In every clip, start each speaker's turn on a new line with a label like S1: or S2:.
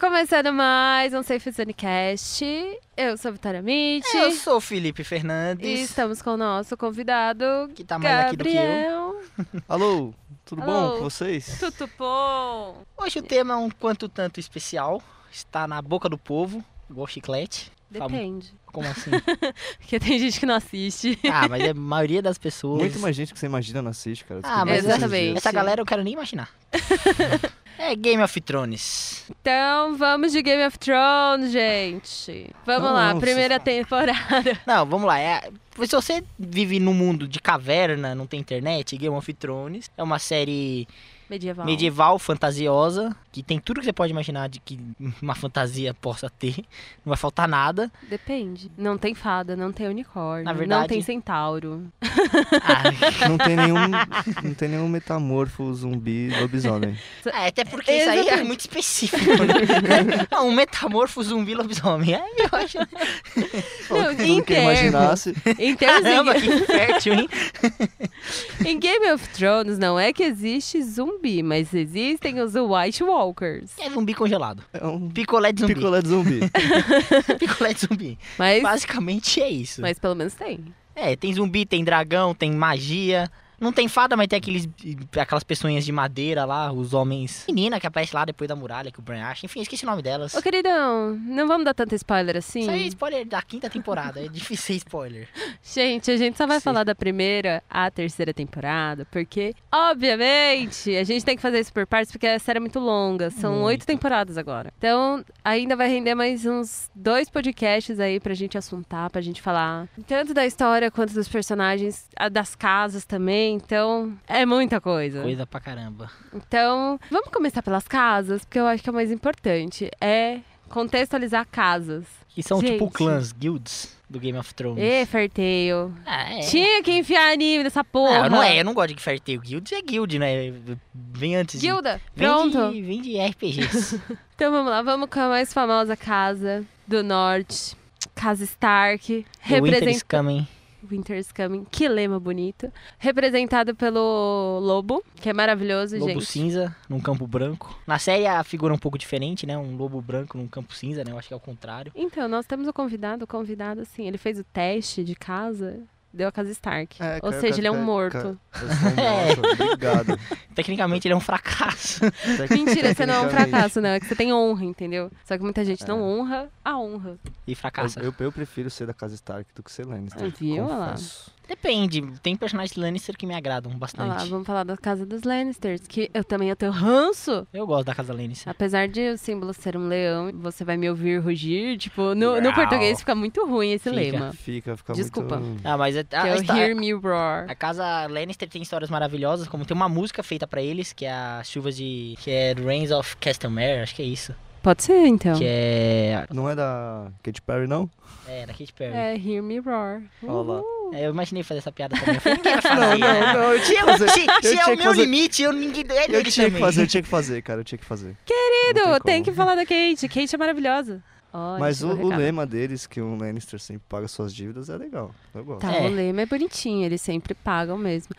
S1: Começando mais um Safe Zone Cast. Eu sou a Vitória Mitch.
S2: É, Eu sou o Felipe
S1: E
S2: Fernandes.
S1: estamos com o nosso convidado,
S2: Que tá mais aqui do que eu.
S1: tá Gabriel.
S3: Alô, tudo
S1: Alô.
S3: bom com vocês?
S4: Tudo bom?
S2: Hoje o tema é um quanto tanto especial. Está na boca do povo, igual chiclete. Tá bom.
S1: Depende.
S2: Como assim?
S1: Porque tem gente que não assiste.
S2: ah, mas a maioria das pessoas.
S3: Muito mais gente que você imagina não assiste, cara.
S2: Ah,
S3: Descobri
S2: mas
S3: isso esses
S1: exatamente.
S3: dias.
S2: Essa galera eu quero nem imaginar. é Game of Thrones.
S1: Então vamos de Game of Thrones, gente. Vamos
S3: Não,
S1: lá,
S3: não,
S1: primeira temporada.
S2: Não, vamos lá. é- se você vive num mundo de caverna, não tem internet, Game of Thrones é uma série
S1: Medieval.
S2: medieval, fantasiosa, que tem tudo que você pode imaginar de que uma fantasia possa ter. Não vai faltar nada.
S1: Depende. Não tem fada, não tem unicórnio,
S2: Na
S1: não
S2: verdade-
S1: tem centauro.
S2: Ah,
S3: Não tem nenhum, não tem nenhum metamorfo, zumbi, lobisomem.
S2: É, até porque isso aí é
S1: Exatamente.
S2: muito específico, né? Ah, um metamorfo zumbi lobisomem. É, eu acho.
S1: Não,
S3: Tudo que eu
S1: interno.
S3: imaginasse.
S1: Em termos de
S2: Caramba, que fértil, hein?
S1: Em Game of Thrones não é que existe zumbi, mas existem os White Walkers.
S2: É zumbi congelado.
S3: É um
S2: Picolé de zumbi. Picolé,
S3: picolé de zumbi. É,
S2: de zumbi.
S1: Mas,
S2: Basicamente é isso.
S1: mas pelo menos tem.
S2: É, tem zumbi, tem dragão, tem magia. Não tem fada, mas tem aqueles, aquelas pessoinhas de madeira lá, os homens. Menina que aparece lá depois da muralha, que o Bran acha. Enfim, esqueci o nome delas.
S1: Ô, queridão, não vamos dar tanto spoiler assim?
S2: Isso aí é spoiler da quinta temporada. É difícil ser spoiler.
S1: Gente, a gente só vai
S2: Sim.
S1: falar da primeira à terceira temporada, porque, obviamente, a gente tem que fazer isso por partes, porque a série é muito longa. São
S2: Muito.
S1: oito temporadas agora. Então, ainda vai render mais uns dois podcasts aí pra gente assuntar, pra gente falar tanto da história quanto dos personagens, a das casas também. Então, é muita coisa.
S2: Coisa pra caramba.
S1: Então, vamos começar pelas casas, porque eu acho que é o mais importante. É contextualizar casas.
S2: Que são tipo
S1: Gente.
S2: clãs, guilds do Game of Thrones.
S1: Ê, Fairtale.
S2: Ah, é.
S1: Tinha que enfiar anime nessa porra.
S2: Não, não é, eu não gosto de Fair Tail. Guild é guild, né? Vem antes. de-
S1: Gilda,
S2: Vem de-
S1: pronto.
S2: Vem de RPGs.
S1: Então vamos lá, vamos com a mais famosa casa do norte. Casa Stark.
S2: Winter's
S1: Represent...
S2: Coming.
S1: Winter's Coming. Que lema bonito. Representado pelo Lobo, que é maravilhoso,
S2: Lobo
S1: gente.
S2: cinza num campo branco. Na série a figura é um pouco diferente, né? Um lobo branco num campo cinza, né? Eu acho que é o contrário.
S1: Então, nós temos o convidado, o convidado, assim, ele fez o teste de casa, deu a casa Stark.
S3: É,
S1: Ou
S3: cara,
S1: seja, ele é um
S3: cara,
S1: morto. É.
S3: cara, eu sou um morto, obrigado.
S2: Tecnicamente ele é um fracasso.
S3: Tec-
S1: Mentira, você não é um
S3: tecnicamente.
S1: fracasso, não. É que você tem honra, entendeu? Só que muita gente não honra a honra.
S2: E fracassa.
S3: Eu, eu, eu prefiro ser da casa Stark do que ser Lannister.
S1: Ah, viu? Olha lá.
S3: confesso.
S2: Depende. Tem personagens Lannister que me agradam
S1: Olha lá,
S2: bastante.
S1: vamos falar da casa dos Lannisters, que eu também eu tenho ranço.
S2: eu gosto da casa Lannister.
S1: Apesar de o símbolo ser um leão, você vai me ouvir rugir. Tipo, no, no
S2: Uau.
S1: português fica muito ruim esse
S2: Fica.
S1: lema.
S3: Fica, fica
S1: Ah. Desculpa.
S3: muito...
S2: Ah, mas é,
S1: Que
S2: a,
S1: é o
S2: hista-
S1: Hear Me Roar.
S2: a casa Lannister tem histórias maravilhosas, como tem uma música feita pra eles, que é a chuva de. que é Rains of Castlemere, acho que é isso.
S1: Pode ser, então.
S2: Que é.
S3: Não é da Katy Perry, não?
S2: É, da Katy Perry.
S1: É, Hear Me Roar. Hum,
S3: Olha lá.
S2: É, eu imaginei fazer essa piada também. Eu falei, ninguém vai
S3: Não,
S2: fazer.
S3: não, não, eu tinha que fazer.
S2: Se,
S3: eu
S2: se é
S3: tinha
S2: o
S3: que
S2: meu
S3: fazer-
S2: limite, eu ninguém é
S3: Eu
S2: dele
S3: tinha que
S2: também.
S3: fazer, eu tinha que fazer, cara, eu tinha que fazer.
S1: Querido,
S3: Não
S1: tem,
S3: tem como.
S1: que falar da Kate. Kate é maravilhosa. Olha, é
S3: Mas o,
S1: chegou
S3: o
S1: recado.
S3: lema deles, que um Lannister sempre paga suas dívidas, é legal. Eu gosto.
S1: Tá,
S2: É.
S1: o lema é bonitinho, eles sempre pagam mesmo.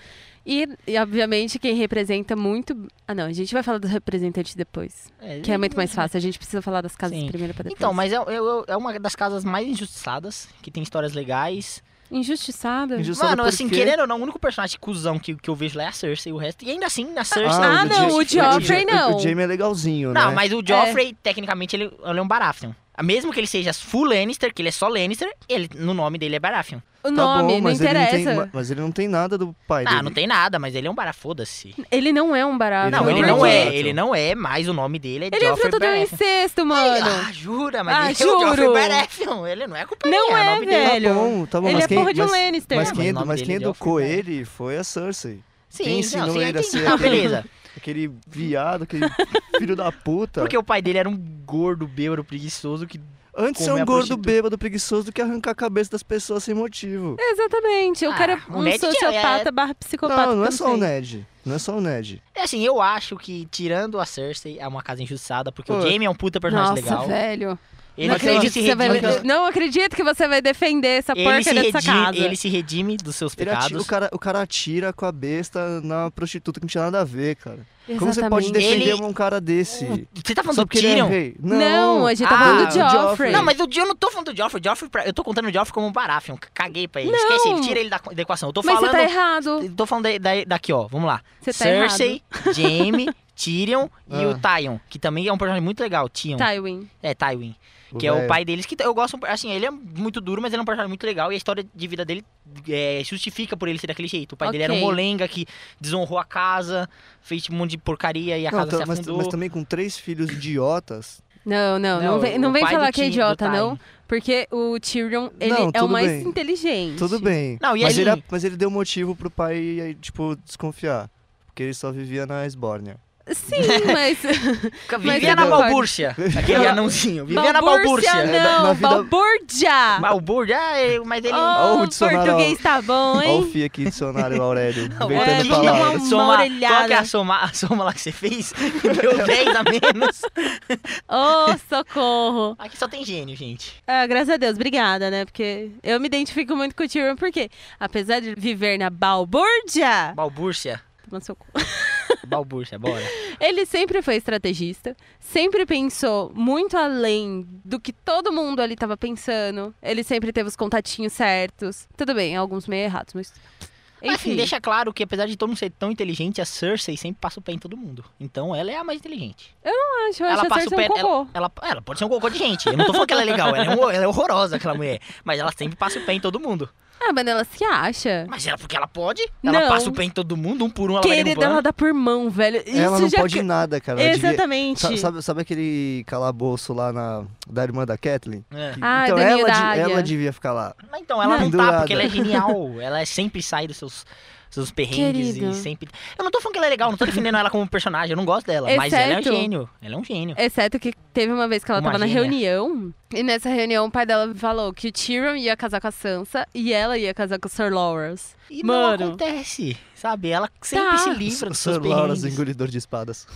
S1: E, e, obviamente, quem representa muito. Ah, não, a gente vai falar dos representantes depois. Que é muito
S3: Uhum.
S1: mais fácil. A gente precisa falar das casas
S2: Sim.
S1: primeiro pra depois.
S2: Então, mas é, é- é uma das casas mais injustiçadas, que tem histórias legais.
S1: Injustiçada?
S3: Injustiçado
S2: Mano, assim,
S3: porque-
S2: querendo ou não, o único personagem cuzão que, que eu vejo lá é a Cersei, o resto. E ainda assim, a Cersei.
S1: Ah,
S3: o
S1: não,
S3: Ja-
S1: o Joffrey
S3: Ja-
S1: não.
S3: O Jamie é legalzinho,
S2: Não,
S3: né?
S2: mas o Joffrey,
S1: É.
S2: tecnicamente, ele, ele é um Baratheon. Mesmo que ele seja full Lannister, que ele é só Lannister, ele, no nome dele é Baratheon.
S1: O
S3: Tá bom,
S1: nome, não
S3: mas ele
S1: interessa.
S3: tem- ma- mas ele não tem nada do pai
S2: Ah,
S3: dele.
S2: não tem nada, mas ele é um Baratheon, foda-se.
S1: Ele não é um barato.
S2: Não,
S3: Não,
S2: ele
S3: não
S2: não
S3: é.
S2: é, ele não é, mas o nome dele é
S1: Ele é
S2: Joffrey
S1: fruto do
S2: Baratheon.
S1: incesto, mano.
S2: Ah, jura, mas
S1: Ah,
S2: ele é o Joffrey
S1: juro.
S2: Baratheon. Ele não é culpa
S1: Não
S2: minha,
S1: é,
S2: nome dele.
S1: velho.
S3: Tá bom, tá bom,
S1: ele
S3: mas
S1: é
S3: quem,
S1: porra de um
S3: mas,
S1: Lannister.
S3: mas
S2: É,
S3: quem,
S2: mas o nome
S3: mas
S2: dele
S3: quem
S2: é Joffrey
S3: educou
S2: Baratheon.
S3: ele foi a Cersei.
S2: Sim,
S3: Quem ensinou
S2: não, sim, eu
S3: ele a ser
S2: entendi. Não,
S3: aquele-
S2: beleza.
S3: Aquele viado, aquele filho da puta.
S2: Porque o pai dele era um gordo, bêbado, preguiçoso que.
S3: Antes é
S2: Comer
S3: um
S2: a
S3: gordo
S2: prostituta.
S3: bêbado preguiçoso do que arrancar a cabeça das pessoas sem motivo.
S1: Exatamente. O
S2: Ah,
S1: cara é
S2: o
S1: um
S2: Ned já
S1: sociopata
S2: é-
S1: barra psicopata.
S3: Não, não é
S1: pelo
S3: só o
S1: jeito.
S3: Ned. Não é só o Ned.
S2: É assim, eu acho que tirando a Cersei é uma casa injustiçada, porque o
S3: Pô.
S2: Jaime é um puta personagem
S1: Nossa,
S2: legal.
S1: velho.
S2: Ele,
S1: não,
S3: Mas
S2: ele
S1: acredito
S2: se
S1: que você vai,
S2: redime,
S3: redimir.
S1: não acredito que você vai defender essa
S2: ele, se
S1: porcaria dessa casa.
S2: redime, ele se redime dos seus
S3: Ele ati- o,
S2: pecados.
S3: cara, o cara atira com a besta na prostituta que não tinha nada a ver, cara. Como você pode
S1: Exatamente.
S3: defender
S2: Ele-
S3: um cara desse?
S2: Você tá
S3: Só
S2: falando do
S3: porque ele é
S2: Tyrion?
S3: rei. Não,
S1: Não, a gente tá
S2: Ah,
S1: falando
S2: o
S1: do
S3: Joffrey.
S1: Joffrey.
S2: Não, mas o Joffrey, eu não tô falando do Joffrey. O Joffrey pra- eu tô contando o Joffrey como um Baratheon. c- Caguei pra ele.
S1: Não.
S2: Esquece ele, tira ele da, da equação. Eu tô
S1: Mas
S2: falando.
S1: você tá errado.
S2: eu Tô falando da- da- daqui, ó. Vamos lá.
S1: Você tá
S2: Cersei, Jaime, Tyrion e
S3: Ah.
S2: o Tyon, que também é um personagem muito legal. Tyrion.
S1: errado. Tywin.
S2: É, Tywin. que é o
S3: Tipo, velho.
S2: pai deles, que eu gosto, assim, ele é muito duro, mas ele é um personagem muito legal e a história de vida dele é, justifica por ele ser daquele jeito. O pai dele era um
S1: Ok.
S2: molenga que desonrou a casa, fez um monte de porcaria e a
S3: Não,
S2: casa
S3: tá-
S2: se
S3: mas,
S2: afundou.
S3: mas também com três filhos idiotas.
S1: Não, não, não,
S2: Não,
S1: vem,
S2: o
S1: não vem
S2: pai do
S1: falar que é
S2: Tyrion- do
S1: idiota,
S2: Tywin.
S1: não. Porque o Tyrion, ele
S3: Não,
S1: é o
S3: tudo
S1: mais
S3: bem.
S1: inteligente.
S3: Tudo bem.
S2: Não, e
S3: mas,
S2: ali-
S3: ele, a- mas ele deu motivo pro pai, aí, tipo, desconfiar. Porque ele só vivia na Esbórnia.
S1: Sim, mas.
S2: Vivia
S1: eu
S2: na
S1: concordo.
S2: balbúrcia. Aquele anãozinho. Vivia na
S1: balbúrcia,
S2: balbúrcia.
S1: não,
S3: na vida-
S1: balbúrdia!
S2: Balbúrdia, é, mas ele...
S1: Oh,
S3: Ó,
S1: o
S3: o dicionário-
S1: português tá bom,
S3: Olha o
S1: hein?
S3: Fih aqui, dicionário Aurélio,
S1: é,
S3: inventando
S1: que não é
S3: palavras.
S1: uma
S2: Soma- Qual que é
S1: orelhada.
S2: a soma, a soma lá que você fez? Deu 10 a menos.
S1: Oh, socorro!
S2: Aqui só tem gênio, gente.
S1: Ah, graças a Deus, obrigada, né? Porque eu me identifico muito com o Tyrion, porque apesar de viver na balbúrdia.
S2: Balbúrcia.
S1: Toma seu cu.
S2: Balbúrcia, bora.
S1: Ele sempre foi estrategista, sempre pensou muito além do que todo mundo ali estava pensando. Ele sempre teve os contatinhos certos. Tudo bem, alguns meio errados, mas.
S2: Mas,
S1: Enfim,
S2: Assim, deixa claro que apesar de todo mundo ser tão inteligente, a Cersei sempre passa o pé em todo mundo. Então ela é a mais inteligente.
S1: eu acho, eu
S2: ela
S1: acho a
S2: passa
S1: Cersei um cocô.
S2: Ela, ela, ela pode ser um cocô de gente. Eu não tô falando que ela é legal. Ela é, um- ela é horrorosa, aquela mulher. Mas ela sempre passa o pé em todo mundo.
S1: Ah, mas ela se acha.
S2: Mas ela, porque ela pode, ela
S1: Não.
S2: passa o pé em todo mundo, um por um, ela vai
S1: Querida, ela
S2: derrubando.
S1: dá por mão, velho. Isso
S3: Ela não
S1: já.
S3: pode nada, cara. Ela devia-
S1: Exatamente.
S3: Sa- Sabe, sabe aquele calabouço lá na, da irmã da Kathleen?
S2: É.
S3: Que-
S1: Ah,
S3: então
S1: Daniel
S3: ela,
S1: da
S3: de,
S1: Águia.
S3: ela devia ficar lá.
S2: Mas então, ela não, tá,
S3: Pendurada.
S2: porque ela é genial. Ela sempre sai dos seus, seus perrengues
S1: Querida.
S2: e sempre... Eu não tô falando que ela é legal, não tô defendendo ela como personagem, eu não gosto dela. Mas ela é um
S1: Exceto-
S2: gênio. Ela é um gênio.
S1: Exceto que teve uma vez que ela
S2: Uma
S1: tava na
S2: gênia.
S1: reunião. E nessa reunião, o pai dela falou que o Tyrion ia casar com a Sansa e ela ia casar com o Sir Lawrence.
S2: E
S1: Mano.
S2: não acontece, sabe? Ela sempre
S1: Tá.
S2: se livra dos seus
S3: Sir Lawrence,
S2: perrengues.
S3: engolidor de espadas.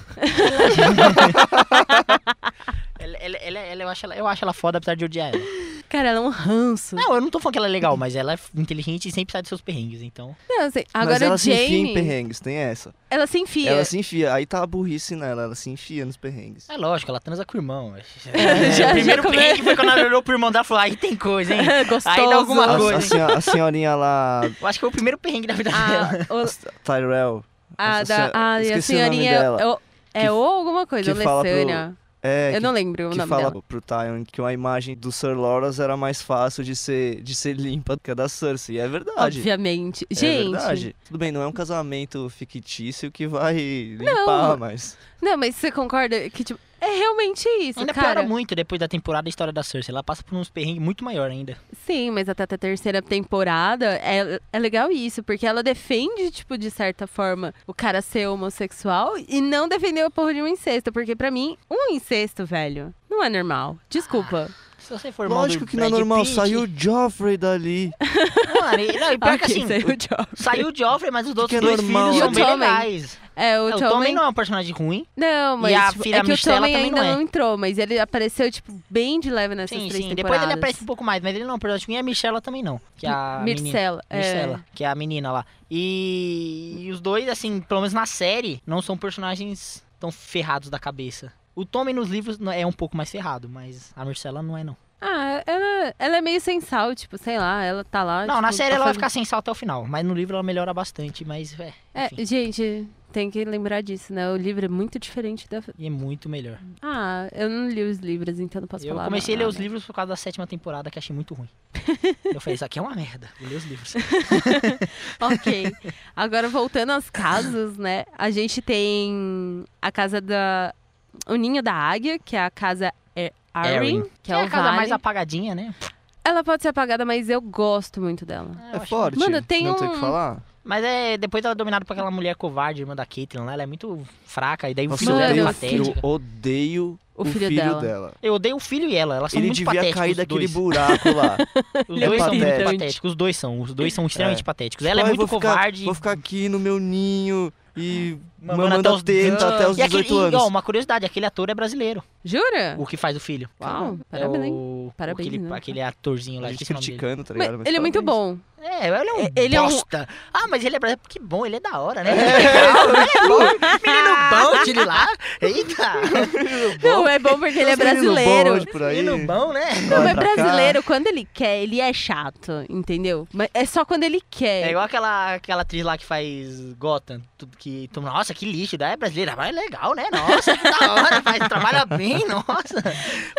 S2: Ela, ela- ela- ela- eu, acho ela, eu acho ela foda, apesar de odiar ela.
S1: Cara, ela é um ranço.
S2: Não, eu não tô falando que ela é legal, mas ela é inteligente e sempre sai dos seus perrengues, então.
S1: Não, assim,
S3: Mas
S1: agora
S3: ela
S1: a
S3: se enfia em
S1: Jane.
S3: perrengues, tem essa.
S1: Ela se enfia.
S3: Ela se enfia, aí tá a burrice nela, ela se enfia nos perrengues.
S2: É lógico, ela transa com o irmão.
S1: já
S2: É, o primeiro
S1: come-
S2: perrengue foi quando ela olhou pro irmão dela e falou: aí tem coisa, hein?
S1: Gostoso.
S2: Aí dá
S1: Ah,
S2: alguma
S3: A,
S2: coisa.
S3: a senho- a senhorinha lá,
S2: Eu acho que foi o primeiro perrengue da vida
S1: A,
S2: dela.
S1: o-
S3: Tyrell,
S1: a,
S3: Essa
S1: da,
S3: senhora-
S1: a, e a
S3: esqueci o nome
S1: senhorinha.
S3: dela.
S1: é o- é
S3: Que-
S1: ou alguma coisa,
S3: que fala pro-
S1: Alessânia.
S3: é,
S1: Eu
S3: que,
S1: não lembro o
S3: que
S1: nome
S3: fala
S1: dela.
S3: pro Tyon que uma imagem do Sir Lawrence era mais fácil de ser, de ser limpa do que a da Cersei. E é verdade.
S1: Obviamente.
S3: É
S1: Gente.
S3: verdade. Tudo bem, não é um casamento fictício que vai limpar, mas.
S1: Não, mas você concorda que, tipo, é realmente isso,
S2: Ainda
S1: cara.
S2: piora muito depois da temporada a história da Cersei. Ela passa por uns perrengues muito maior ainda.
S1: Sim, mas até a terceira temporada é, é legal isso, porque ela defende, tipo, de certa forma, o cara ser homossexual e não defendeu a porra de um incesto, porque pra mim, um incesto, velho, não é normal. Desculpa.
S2: Se você for irmão
S3: Lógico
S2: do
S3: que não é
S2: Brad
S3: normal,
S2: Pitt-
S3: saiu o Joffrey dali.
S2: Mano, e- não, e pior que
S1: Ok,
S2: assim.
S1: saiu o Joffrey.
S2: Saiu o Joffrey, mas os outros
S3: é
S2: dois
S3: normal.
S2: filhos
S1: E
S2: são
S1: o
S2: bem
S1: Tommen?
S2: legais.
S1: É,
S2: É,
S1: o
S2: O
S1: Tommen...
S2: Tommen não é um personagem ruim.
S1: Não, mas
S2: a
S1: tipo,
S2: filha
S1: é que o
S2: Mistela
S1: Tommen
S2: também
S1: ainda
S2: não é.
S1: não entrou, mas ele apareceu, tipo, bem de leve nessas
S2: Sim,
S1: três
S2: sim.
S1: temporadas.
S2: Depois ele aparece um pouco mais, mas ele não é um personagem ruim. E a Michelle também não. Que é a menina.
S1: Mircela. é.
S2: Marcela, que é a menina lá. E... e os dois, assim, pelo menos na série, não são personagens tão ferrados da cabeça. O Tommy nos livros não- é um pouco mais ferrado, mas a Marcela não é, não.
S1: Ah, ela, ela é meio sem sal, tipo, sei lá, ela tá lá.
S2: não,
S1: tipo,
S2: na série
S1: tá
S2: ela vai
S1: fazendo-
S2: ficar sem sal até o final, mas no livro ela melhora bastante, mas, é, enfim.
S1: É, gente, tem que lembrar disso, né? O livro é muito diferente da.
S2: E é muito melhor.
S1: Ah, eu não li os livros, então não posso
S2: eu
S1: falar.
S2: comecei a
S1: nada.
S2: ler os livros por causa da sétima temporada, que achei muito ruim. eu falei, isso aqui é uma merda. Vou ler os livros.
S1: Ok. Agora, voltando às casas, né? A gente tem a casa da. O Ninho da Águia, que é a casa. É, Arryn,
S2: Arryn.
S1: que é,
S2: a
S1: o
S2: casa
S1: vale.
S2: mais apagadinha, né?
S1: Ela pode ser apagada, mas eu gosto muito dela.
S2: Ah, eu
S3: É
S2: acho-
S3: forte.
S1: Mano, tem
S3: não tem o
S1: um-
S3: que falar.
S2: Mas é, depois ela é dominada por aquela mulher covarde, irmã da Caitlyn lá, ela é muito fraca, e daí o
S3: Nossa,
S2: filho
S1: Mano,
S3: eu,
S2: dela é
S1: odeio
S3: odeio,
S2: patético.
S3: eu odeio
S1: O
S3: o
S1: filho
S3: filho,
S1: dela.
S3: dela.
S2: Eu odeio o filho e ela, elas são
S3: Ele
S2: muito
S3: devia
S2: patéticos.
S3: cair
S2: os
S3: daquele
S2: dois.
S3: buraco lá.
S2: Os
S1: Ele é
S2: dois são muito
S1: patético.
S2: patéticos, os dois são, os dois são extremamente patéticos. Ela
S3: Ai,
S2: é muito
S3: É. vou ficar-
S2: covarde.
S3: Vou ficar aqui no meu ninho e
S2: Mamando
S3: mamando
S2: até os
S3: teta até os
S2: e aquele,
S3: 18
S2: e, ó,
S3: anos.
S2: uma curiosidade, aquele ator é brasileiro.
S1: Jura?
S2: O que faz o filho.
S1: Uau,
S2: É
S1: parabéns.
S2: o-
S1: Parabéns,
S2: aquele,
S1: né?
S2: aquele atorzinho lá.
S3: A gente
S2: esqueci o nome dele.
S3: criticando, tá
S1: Mas
S3: ligado? Mas
S1: ele é muito
S3: parabéns.
S1: bom.
S2: É, ele é um
S1: Ele é um-
S2: bosta. Ah, mas ele é brasileiro. Que bom, ele é da hora, né? ele é bom. Menino bom, tire lá. Eita.
S1: Não, é bom porque ele é
S3: Tem uns menino bom
S1: brasileiro.
S3: hoje por aí.
S2: Menino bom, né?
S1: Não,
S3: Vai
S1: é
S3: pra cá.
S1: brasileiro, quando ele quer, ele é chato, entendeu? Mas é só quando ele
S2: É
S1: quer.
S2: igual aquela, aquela atriz lá que faz Gotham, tudo que. tu- Nossa, que lixo, daí é brasileira, mas é legal, né? Nossa, que da hora, faz, trabalha bem, nossa.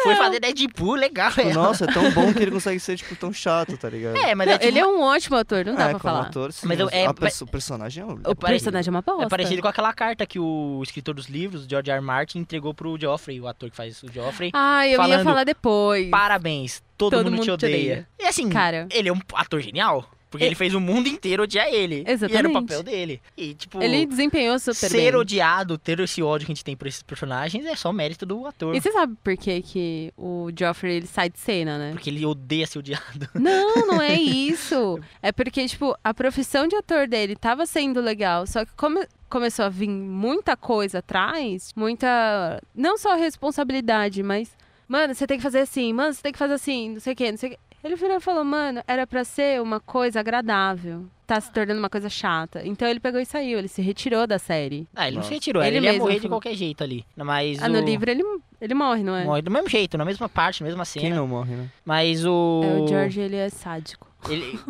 S2: Foi fazer Deadpool, legal,
S3: Tipo,
S2: é.
S3: Nossa, é tão bom que ele consegue ser, tipo, tão chato, tá ligado?
S2: É, mas
S1: Não,
S2: é tipo,
S1: ele é um ótimo ator, não dá
S3: é,
S1: pra
S3: como
S1: falar.
S3: ator, sim.
S2: Mas eu-
S3: mas
S2: é,
S3: a
S2: mas-
S3: perso- o personagem é um...
S1: O personagem é uma bosta.
S2: é parecido com aquela carta que o escritor dos livros, George R. R. Martin, entregou pro Geoffrey, o ator que faz o Geoffrey.
S1: Ah, eu ia
S2: falando-
S1: falar depois.
S2: Parabéns, todo, mundo, te, odeia. E assim,
S1: Cara.
S2: ele é um ator genial. Porque
S1: É.
S2: ele fez o mundo inteiro odiar ele. E era o
S1: Exatamente.
S2: papel dele. E, tipo,
S1: Ele desempenhou super
S2: ser
S1: bem.
S2: odiado, ter esse ódio que a gente tem por esses personagens é só mérito do ator.
S1: E você sabe por que, que o Joffrey ele sai de cena, né?
S2: Porque ele odeia ser odiado.
S1: Não, não é isso. É porque, tipo, a profissão de ator dele tava sendo legal, só que como começou a vir muita coisa atrás, muita. Não só responsabilidade, mas. Mano, você tem que fazer assim, mano, você tem que fazer assim, não sei o quê, não sei o quê. Ele virou e falou, mano, era pra ser uma coisa agradável. Tá se tornando uma coisa chata. Então ele pegou e saiu, ele se retirou da série.
S2: Ah, ele não
S3: Nossa.
S2: se retirou. Ele,
S1: Ele
S2: ia
S1: mesmo
S2: morrer de
S1: falou.
S2: qualquer jeito ali. Mas
S1: Ah,
S2: o...
S1: no livro ele, ele morre, não é?
S2: Morre do mesmo jeito, na mesma parte, na mesma
S3: Quem
S2: cena.
S3: não morre, né?
S2: Mas o...
S1: É, o George, ele é sádico.
S2: Ele...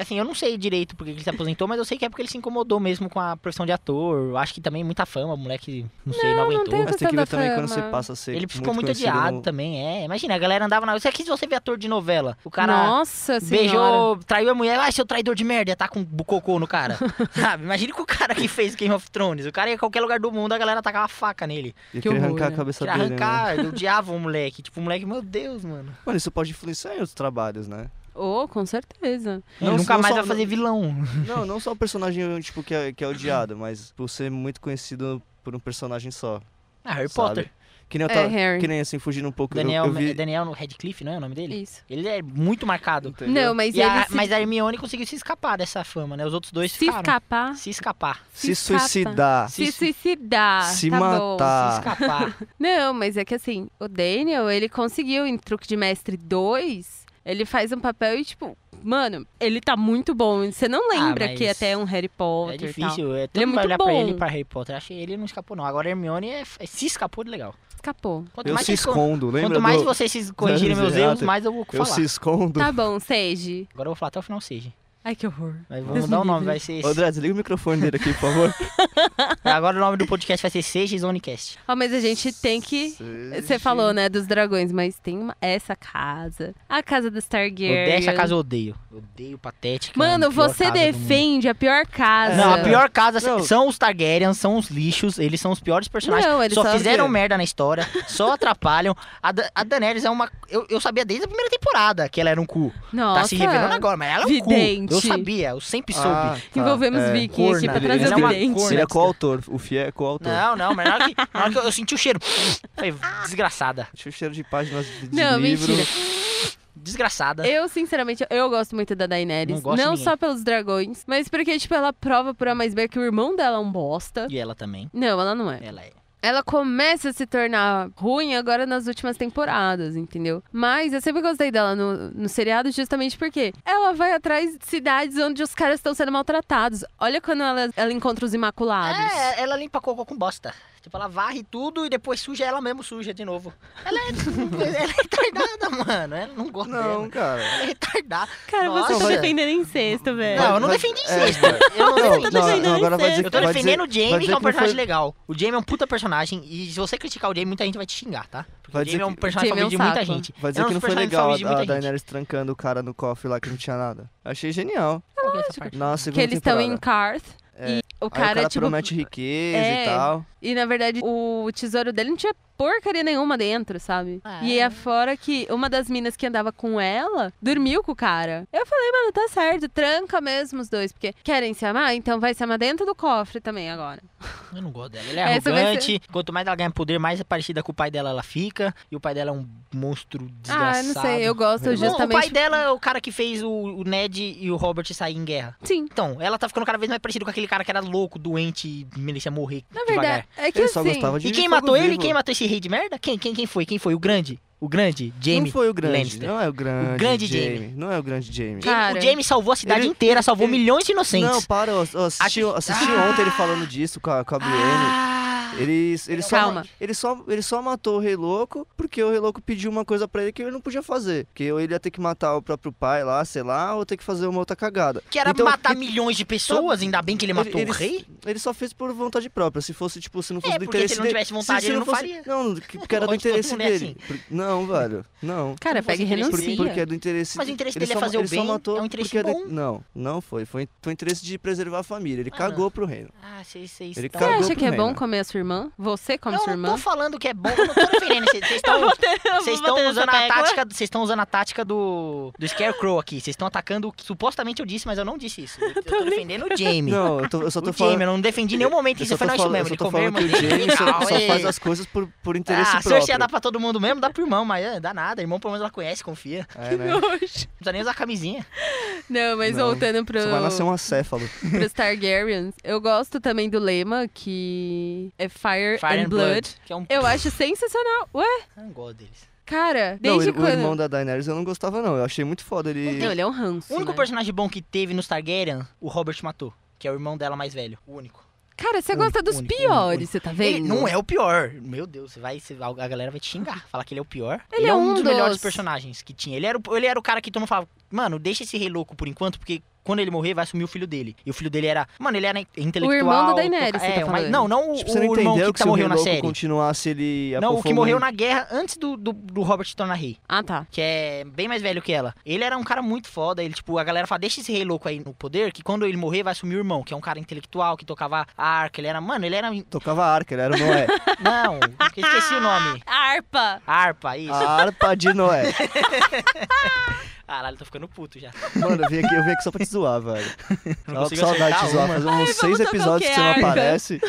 S2: Assim, eu não sei direito porque ele se aposentou, mas eu sei que é porque ele se incomodou mesmo com a profissão de ator. Eu Acho que também muita fama, o moleque, não sei, não,
S1: não
S2: aguentou.
S1: tem-
S3: Mas tem que
S1: da
S3: ver também quando você
S1: fama.
S3: passa a ser tipo,
S2: Ele ficou muito
S3: conhecido
S2: odiado
S3: no-
S2: também, é. Imagina, a galera andava na. Isso aqui se você vê ator de novela. O cara
S1: Nossa senhora.
S2: beijou, traiu a mulher, ah, seu traidor de merda, ia tá com bu- cocô no cara. Sabe? Imagina com o cara que fez Game of Thrones. O cara ia em qualquer lugar do mundo, a galera tacava a faca nele.
S3: Ele
S1: Que
S3: queria
S1: horror,
S3: arrancar a
S1: né?
S3: cabeça
S2: Queria
S3: dele, né?
S2: arrancar, eu odiava o moleque. Tipo, o moleque, meu Deus, mano.
S3: Mano, isso pode influenciar em outros trabalhos, né?
S1: Oh, com certeza.
S2: Ele
S3: Não,
S2: nunca
S3: não
S2: mais
S3: só-
S2: vai fazer vilão.
S3: Não, não só o personagem tipo, que, é, que é odiado, mas por ser muito conhecido por um personagem só.
S2: Ah, Harry
S3: sabe?
S2: Potter.
S3: Que nem eu
S1: É,
S3: tava.
S1: Harry.
S3: que nem assim, fugindo um pouco
S2: Daniel,
S3: eu, eu vi.
S2: Daniel Radcliffe, não é o nome dele?
S1: Isso.
S2: Ele é muito marcado.
S3: entendeu?
S1: Não, mas
S2: E
S1: ele
S2: a-
S1: se,
S2: Mas a Hermione conseguiu se escapar dessa fama, né? Os outros dois
S1: se
S2: ficaram.
S1: escapar,
S2: Se escapar.
S1: se
S3: Se
S1: escapa.
S3: suicidar.
S1: se,
S2: se-
S1: suicidar,
S3: se
S1: tá bom.
S3: matar. Ah.
S2: Se escapar.
S1: Não, mas é que assim, o Daniel, ele conseguiu em Truque de Mestre 2, ele faz um papel e tipo, mano, ele tá muito bom. Você não lembra
S2: Ah, mas
S1: que até é um Harry Potter
S2: É
S1: e tal.
S2: difícil. É, todo
S1: Ele é
S2: mundo vai
S1: muito
S2: olhar pra
S1: bom.
S2: ele e pra Harry Potter. Acho que ele não escapou, não. Agora a Hermione é, é- se escapou de legal.
S1: Escapou.
S2: Quanto
S3: Eu
S2: mais
S3: se
S2: vocês con-
S3: escondo, lembra?
S2: Quanto mais
S3: do...
S2: vocês se corrigirem meus
S3: Exato.
S2: erros, mais eu vou
S3: Eu
S2: falar.
S3: se escondo.
S1: Tá bom, Sage.
S2: Agora eu vou falar até o final seja.
S1: Ai, que horror.
S2: Mas
S1: Deus
S2: vamos
S1: me
S2: mudar o
S1: livre.
S2: nome, vai ser.
S3: Ô, André, desliga o microfone dele aqui, por favor.
S2: Agora o nome do podcast vai ser Seja Zonecast.
S1: Ó, mas a gente tem que... Você falou, né, dos dragões, mas tem uma- essa casa. A casa dos Targaryen.
S2: Odeio essa casa eu odeio. Odeio patética. é
S1: Mano,
S2: a pior
S1: você
S2: casa do mundo.
S1: defende a pior casa.
S2: Não, a pior casa
S3: Não.
S2: são os Targaryen, são os lixos, eles são os piores personagens.
S1: Não, eles
S2: só
S1: são-
S2: fizeram
S3: o quê?
S2: merda na história, só atrapalham. A, da a Daenerys é uma. Eu, eu sabia desde a primeira temporada que ela era um cu.
S1: Nossa.
S2: Tá se revelando agora, mas ela é um
S1: Vidente.
S2: cu. Eu sabia, eu sempre soube.
S1: Envolvemos
S3: Ah, é.
S1: Viking aqui pra
S2: Corna.
S1: trazer
S2: Ele é
S1: o
S2: uma
S1: vidente.
S2: corna.
S3: Ele é coautor, o Fie é coautor.
S2: Não, não, mas na hora que, na hora que eu, eu senti o cheiro. Falei, desgraçada.
S3: Deixa o cheiro de páginas de, de
S1: Não,
S3: livro.
S1: mentira.
S2: Desgraçada.
S1: Eu, sinceramente, eu gosto muito da Daenerys.
S2: Não gosto de ninguém.
S1: só pelos dragões, mas porque, tipo, ela prova por A mais B que o irmão dela é um bosta.
S2: E ela também.
S1: Não, ela não é.
S2: Ela é.
S1: Ela começa a se tornar ruim agora nas últimas temporadas, entendeu? Mas eu sempre gostei dela no, no seriado justamente porque ela vai atrás de cidades onde os caras estão sendo maltratados. Olha quando ela, ela encontra os Imaculados.
S2: É, ela limpa cocô com bosta. Tipo, ela varre tudo e depois suja ela mesmo suja de novo. Ela é, ela é retardada, mano. Ela não gosta
S3: Não,
S2: dela.
S3: cara.
S2: Ela é retardada.
S1: Cara,
S2: Nossa.
S1: você tá
S3: Vai-
S1: defendendo incesto, velho.
S2: Não, eu não
S3: Vai-
S2: defendi
S3: é,
S2: incesto. Eu não
S3: Não,
S2: defendi
S1: tá
S3: não,
S1: defendendo
S3: não, agora vai
S1: incesto.
S3: dizer
S2: Eu tô
S3: vai dizer-
S2: defendendo o
S3: vai
S2: Jamie, que
S3: dizer
S2: é um personagem
S3: foi-
S2: legal. O Jamie é um puta personagem. E se você criticar o Jamie, muita gente vai te xingar, tá? Porque
S3: Vai
S2: o
S3: dizer
S2: Jamie é um
S3: que-
S2: personagem
S1: Jamie é um
S2: favorito de muita
S1: saco.
S2: gente.
S3: Vai
S2: É
S3: dizer
S2: um
S3: que
S2: dos
S3: não foi
S2: personagens
S3: legal
S2: favoritos de
S3: a, a
S2: muita gente.
S3: Daenerys trancando o cara no cofre lá que não tinha nada. Achei genial.
S2: Qual que é essa parte?
S3: Na segunda
S1: Que eles estão
S3: temporada.
S1: em Carth.
S3: É.
S1: E o
S3: Aí
S1: cara, tipo.
S3: promete riqueza
S1: É.
S3: e tal.
S1: E na verdade, o tesouro dele não tinha porcaria nenhuma dentro, sabe?
S2: Ah,
S1: E
S2: é?
S1: é fora que uma das minas que andava com ela dormiu com o cara. Eu falei, mano, tá certo, tranca mesmo os dois. Porque querem se amar? Então vai se amar dentro do cofre também agora.
S2: Eu não gosto dela. Ela é
S1: Essa vai
S2: arrogante. Quanto mais ela ganha poder, mais é parecida com o pai dela ela fica. E o pai dela é um monstro desgraçado.
S1: Ah, não sei, eu gosto
S3: Bom,
S2: Bom,
S1: justamente.
S2: O pai dela é o cara que fez o, o Ned e o Robert sair em guerra.
S1: Sim.
S2: Então, ela tá ficando cada vez mais parecida com aquele cara que era louco, doente e merecia morrer
S1: Na
S2: devagar.
S1: verdade, é que
S3: Ele só
S1: assim,
S3: gostava de
S2: E quem
S3: fogo
S2: matou ele?
S3: vivo.
S2: Quem matou esse rei de merda? Quem, quem, quem foi? Quem foi? O grande? O grande? Jamie?
S3: não foi o grande,
S2: Lannister.
S3: não é o grande,
S2: grande
S3: Jamie.
S2: Jaime.
S3: Não é o grande Jamie.
S1: Cara,
S2: o Jamie salvou a cidade
S3: ele-
S2: inteira, salvou
S3: ele-
S2: milhões de inocentes.
S3: Não, para, eu eu assisti,
S2: Ah.
S3: assisti ontem ele falando disso com a, com a Brienne.
S2: Ah,
S3: Ele, ele, só,
S1: Calma.
S3: ele, só, ele só matou o Rei Louco porque o Rei Louco pediu uma coisa pra ele que ele não podia fazer. Que ou ele ia ter que matar o próprio pai lá, sei lá, ou ter que fazer uma outra cagada.
S2: Que era
S3: Então,
S2: matar milhões de pessoas, ainda bem que ele matou
S3: ele-
S2: o rei?
S3: Ele só fez por vontade própria. Se fosse, tipo, se não fosse
S2: É,
S3: do
S2: porque
S3: interesse
S2: se ele não
S3: dele-
S2: tivesse vontade, ele não
S3: fosse-
S2: faria.
S3: Não, que- porque era do
S2: Lógico, todo
S3: interesse
S2: mundo é
S3: dele. Por- Não, velho, não.
S1: Cara,
S2: Como
S1: pega e
S2: você
S3: Por-
S1: renuncia.
S2: Sim.
S3: porque é do interesse.
S2: Mas o interesse
S3: ele
S2: dele é
S3: só-
S2: fazer o
S3: ele
S2: bem,
S3: só matou
S2: é um interesse
S3: porque é
S2: bom.
S3: De... Não, não foi. Foi, foi interesse de preservar a família. Ele
S2: Ah,
S3: cagou pro reino.
S2: Ah, vocês vocês
S1: Você
S3: Ele
S2: estão...
S3: cagou
S1: acha que é
S3: pro
S1: bom
S3: reino.
S1: comer a sua irmã? Você come
S2: Eu
S1: sua
S2: não tô
S1: irmã?
S2: falando que é bom, eu não tô defendendo. Vocês vocês estão Vocês estão usando a tática, vocês estão usando a tática do, do Scarecrow aqui. Vocês estão atacando o que supostamente eu disse, mas eu não disse isso. Eu, eu tô defendendo o Jamie.
S3: Não, eu, tô- eu só
S2: o
S3: tô
S2: Jamie,
S3: falando.
S2: eu não defendi em nenhum momento
S3: Eu
S2: isso.
S3: só
S2: Foi
S3: tô
S2: não, isso
S3: falando, eu
S2: mesmo.
S3: só
S2: Ele
S3: tô
S2: comeu,
S3: falando que
S2: mano.
S3: o James só, só
S2: Ei.
S3: faz as coisas por, por interesse
S2: é. Ah, a
S3: próprio.
S2: Cersei dá pra todo mundo mesmo? Dá pro irmão, mas ah, dá nada. Irmão, pelo menos ela conhece, confia. Não
S3: É, né?
S1: Nojo.
S2: precisa nem usar camisinha.
S1: Não, mas
S3: Não.
S1: voltando pro,
S3: Só vai nascer um acéfalo.
S1: pros Targaryens, eu gosto também do lema que é Fire,
S2: Fire and Blood. Que é um... Ah,
S1: Eu acho sensacional. Ué,
S2: Eu não gosto deles.
S1: cara,
S3: Não,
S1: desde
S3: ele- o
S1: quando?
S3: irmão da Daenerys eu não gostava, não. Eu achei muito foda ele.
S1: Não, ele é um ranço.
S2: O único
S1: né?
S2: personagem bom que teve nos Targaryen, o Robert matou. Que é o irmão dela mais velho. O único.
S1: Cara, você
S2: Único,
S1: gosta dos
S2: único,
S1: piores,
S2: único.
S1: você tá vendo?
S2: Ele não é o pior. Meu Deus, você vai, você- a galera vai te xingar, falar que ele é o pior.
S1: Ele é um
S2: dos, melhores
S1: dos-
S2: personagens que tinha. Ele era, o- ele era o cara que todo mundo falava, mano, deixa esse rei louco por enquanto, porque quando ele morrer vai assumir o filho dele. E o filho dele era, mano, ele era intelectual.
S1: O irmão da Daenerys,
S2: toca-
S1: você tá
S2: é,
S1: falando.
S2: não, não o,
S3: Tipo, você não
S2: o irmão
S3: entendeu
S2: que,
S3: que,
S2: tá-
S3: se o Rei
S2: morreu na
S3: Louco
S2: série.
S3: continuasse ele
S2: Não, o que
S3: apofumando-
S2: morreu na guerra antes do, do, do Robert se tornar rei.
S1: Ah, tá.
S2: Que é bem mais velho que ela. Ele era um cara muito foda. Ele, tipo, a galera fala, deixa esse rei louco aí no poder, que quando ele morrer vai assumir o irmão, que é um cara intelectual, que tocava a arca. Ele era, mano, ele era.
S3: Tocava arca, ele era o Noé.
S2: Não, esqueci o nome.
S1: Arpa!
S2: Harpa, isso.
S3: A harpa de Noé.
S2: Caralho, tô ficando puto já.
S3: Mano, eu vim aqui, eu vim aqui só pra te zoar, velho.
S2: Não
S3: Tava com
S2: consigo
S3: saudade de
S2: acertar
S3: te zoar.
S2: uma.
S3: Fazer uns
S1: Ai, vamos
S3: seis
S1: tocar o
S3: episódios
S1: quê?
S3: que você não
S1: Arca?
S3: aparece.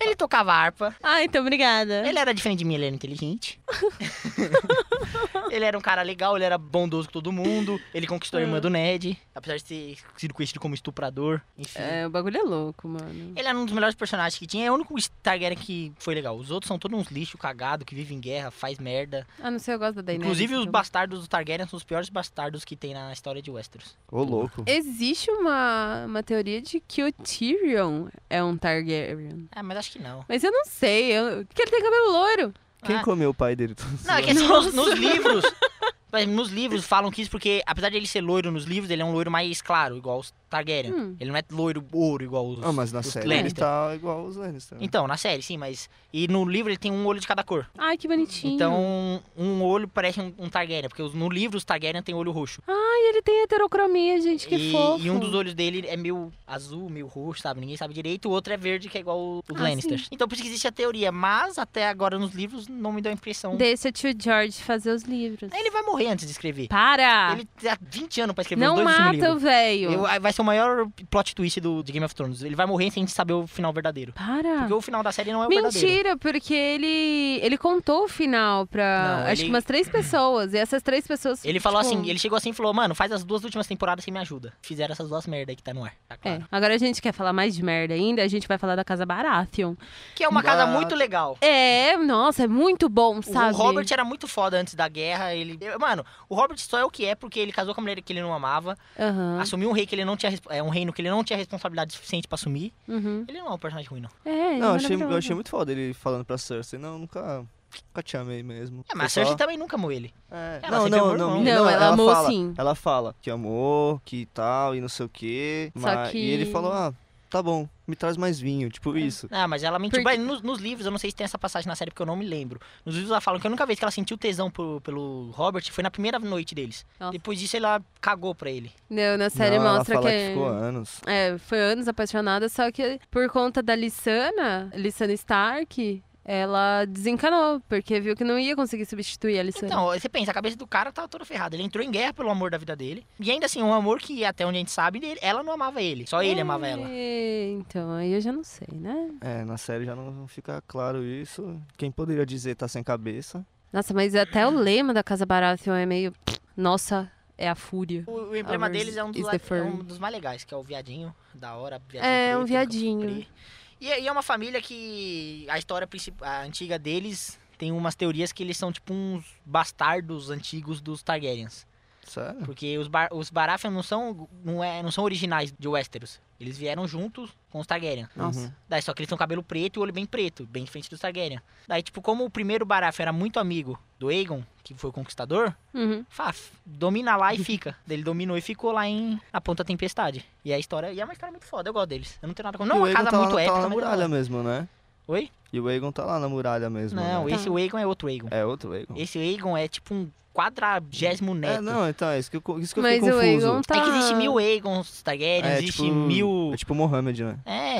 S2: Ele tocava harpa.
S1: Ah, então obrigada.
S2: Ele era diferente de mim, ele era inteligente. ele era um cara legal, ele era bondoso com todo mundo. Ele conquistou a irmã do Ned, apesar de ter sido conhecido como estuprador. Enfim.
S1: É, o bagulho é louco, mano.
S2: Ele era um dos melhores personagens que tinha. É o único Targaryen que foi legal. Os outros são todos uns lixo cagado, que vive em guerra, faz merda.
S1: Ah, não sei, eu gosto da Daenerys.
S2: Inclusive, os
S1: então.
S2: bastardos do Targaryen são os piores bastardos que tem na história de Westeros.
S3: Ô, louco.
S1: Existe uma, uma teoria de que o Tyrion é um Targaryen.
S2: Ah, mas acho que não.
S1: Mas eu não sei, eu... porque ele tem cabelo loiro.
S3: Quem
S2: Ah.
S3: comeu o pai dele?
S2: Não, é que assim, nos, nos livros. mas Nos livros falam que isso porque, apesar de ele ser loiro nos livros, ele é um loiro mais claro, igual os Targaryen.
S1: Hum.
S2: Ele não é loiro ouro, igual os.
S3: Ah, mas na
S2: os
S3: série ele
S2: Lannister.
S3: tá igual os Lannister. né?
S2: Então, na série, sim, mas. E no livro ele tem um olho de cada cor.
S1: Ai, que bonitinho.
S2: Então, um olho parece um, um Targaryen, porque os- no livro os Targaryen tem olho roxo.
S1: Ai, ele tem heterocromia, gente, que
S2: e,
S1: fofo.
S2: e um dos olhos dele é meio azul, meio roxo, sabe? Ninguém sabe direito. O outro é verde, que é igual o
S1: Ah,
S2: Lannisters. Então, por isso que existe a teoria, mas até agora nos livros não me deu a impressão.
S1: Deixa o tio George fazer os livros.
S2: Então- Ele vai morrer antes de escrever.
S1: Para!
S2: Ele tá 20 anos pra escrever os
S1: Ah. Não
S2: dois últimos
S1: mata o
S2: livros.
S1: velho.
S2: Eu- vai ser o maior plot twist do, de Game of Thrones. Ele vai morrer sem a gente saber o final verdadeiro.
S1: Para.
S2: Porque o final da série não é o verdadeiro.
S1: Ah. Mentira, porque ele ele contou o final pra
S2: Não,
S1: acho que
S2: ele-
S1: umas três pessoas. E essas três pessoas.
S2: Ele falou
S1: tipo,
S2: assim, ele chegou assim e falou, mano, faz as duas últimas temporadas sem me ajuda. Fizeram essas duas merda aí que tá no ar, tá
S1: É,
S2: claro.
S1: agora a gente quer falar mais de merda ainda, a gente vai falar da Casa Baratheon.
S2: Que é uma casa
S3: Mas-
S2: muito legal.
S1: É, nossa, é muito bom, sabe?
S2: O Robert era muito foda antes da guerra, ele... eu- Mano, o Robert só é o que é porque ele casou com a mulher que ele não amava,
S1: Aham,
S2: assumiu um rei que ele não tinha... resp- É, um reino que ele não tinha responsabilidade suficiente pra assumir.
S1: uhum.
S2: Ele não é um personagem ruim, não.
S1: É, ele
S3: Não, eu
S1: é
S3: achei, eu
S1: maravilhoso.
S3: achei muito foda ele falando pra Cersei. Não, nunca, nunca te amei mesmo.
S2: É, mas a
S3: Foi só-
S2: Cersei também nunca amou ele.
S3: É,
S2: Ela
S3: Não,
S2: sempre
S3: não,
S2: amou
S3: não,
S2: irmão.
S3: me-
S1: Não, ela amou
S3: fala,
S1: sim.
S3: Ela fala que amou, que tal, e não sei o quê.
S1: Só
S3: mas-
S1: que- É.
S3: E ele falou, ah, tá bom, me traz mais vinho, tipo isso.
S2: Ah, mas ela mentiu.
S1: Porque-
S2: Mas nos, nos livros, eu não sei se tem essa passagem na série, porque eu não me lembro. Nos livros ela fala que a única vez que ela sentiu tesão pro- pelo Robert foi na primeira noite deles.
S1: Nossa.
S2: Depois disso, ela cagou pra ele.
S1: Não, na série
S3: não,
S1: mostra
S3: ela fala
S1: que.
S3: que ficou anos.
S1: É, foi anos apaixonada, só que por conta da Lissana, Lissana Stark, ela desencanou, porque viu que não ia conseguir substituir a Lissana.
S2: Então, você pensa, a cabeça do cara tava toda ferrada. Ele entrou em guerra pelo amor da vida dele. E ainda assim, um amor que, até onde a gente sabe, ele- ela não amava ele. Só
S1: Hum.
S2: ele amava ela.
S1: É, Então, aí eu já não sei, né?
S3: É, na série já não fica claro isso. Quem poderia dizer tá sem cabeça?
S1: Nossa, mas até o lema da Casa Baratheon é meio. Nossa, é a fúria.
S2: O, o emblema
S1: Ours
S2: deles é um, dos,
S1: is the
S2: é
S1: fur.
S2: um dos mais legais, que é o viadinho, da hora. viadinho
S1: É, um
S2: preto, cabelo
S1: viadinho.
S2: preto. E, é- e é uma família que a história principal, a antiga deles Tem umas teorias que eles são tipo uns bastardos antigos dos Targaryens.
S3: Sério?
S2: Porque os, Bar os Baratheon não são, não, é, não são originais de Westeros. Eles vieram juntos com os Targaryen.
S1: Nossa.
S3: Uhum.
S2: Daí só que eles têm o cabelo preto e o olho bem preto, bem diferente dos Targaryen. Daí, tipo, como o primeiro Baratheon era muito amigo do Aegon, que foi o conquistador,
S1: Uhum.
S2: fala, "F- domina lá e fica. Daí ele dominou e ficou lá em Na Ponta da Tempestade. E a história. E é uma história muito foda, eu gosto deles. Eu não tenho nada com.
S3: E
S2: Não, é
S3: o
S2: uma
S3: Aegon
S2: casa
S3: tá lá,
S2: muito
S3: tá
S2: épica.
S3: lá na
S2: mas eu
S3: muralha
S2: gosto.
S3: mesmo, né?
S2: Oi?
S3: E o Aegon tá lá na muralha mesmo.
S2: Não,
S3: né?
S1: e-
S2: esse Aegon é outro Aegon.
S3: É outro Aegon.
S2: Esse Aegon é tipo um quadragésimo neto.
S3: É, não, então, é isso que eu, isso que eu
S1: Mas
S3: fiquei
S1: o
S3: confuso.
S1: Aegon tá.
S2: É que existe mil Aegons Targaryen,
S3: É,
S2: existe
S3: tipo,
S2: mil.
S3: É tipo Mohammed, né?
S2: É,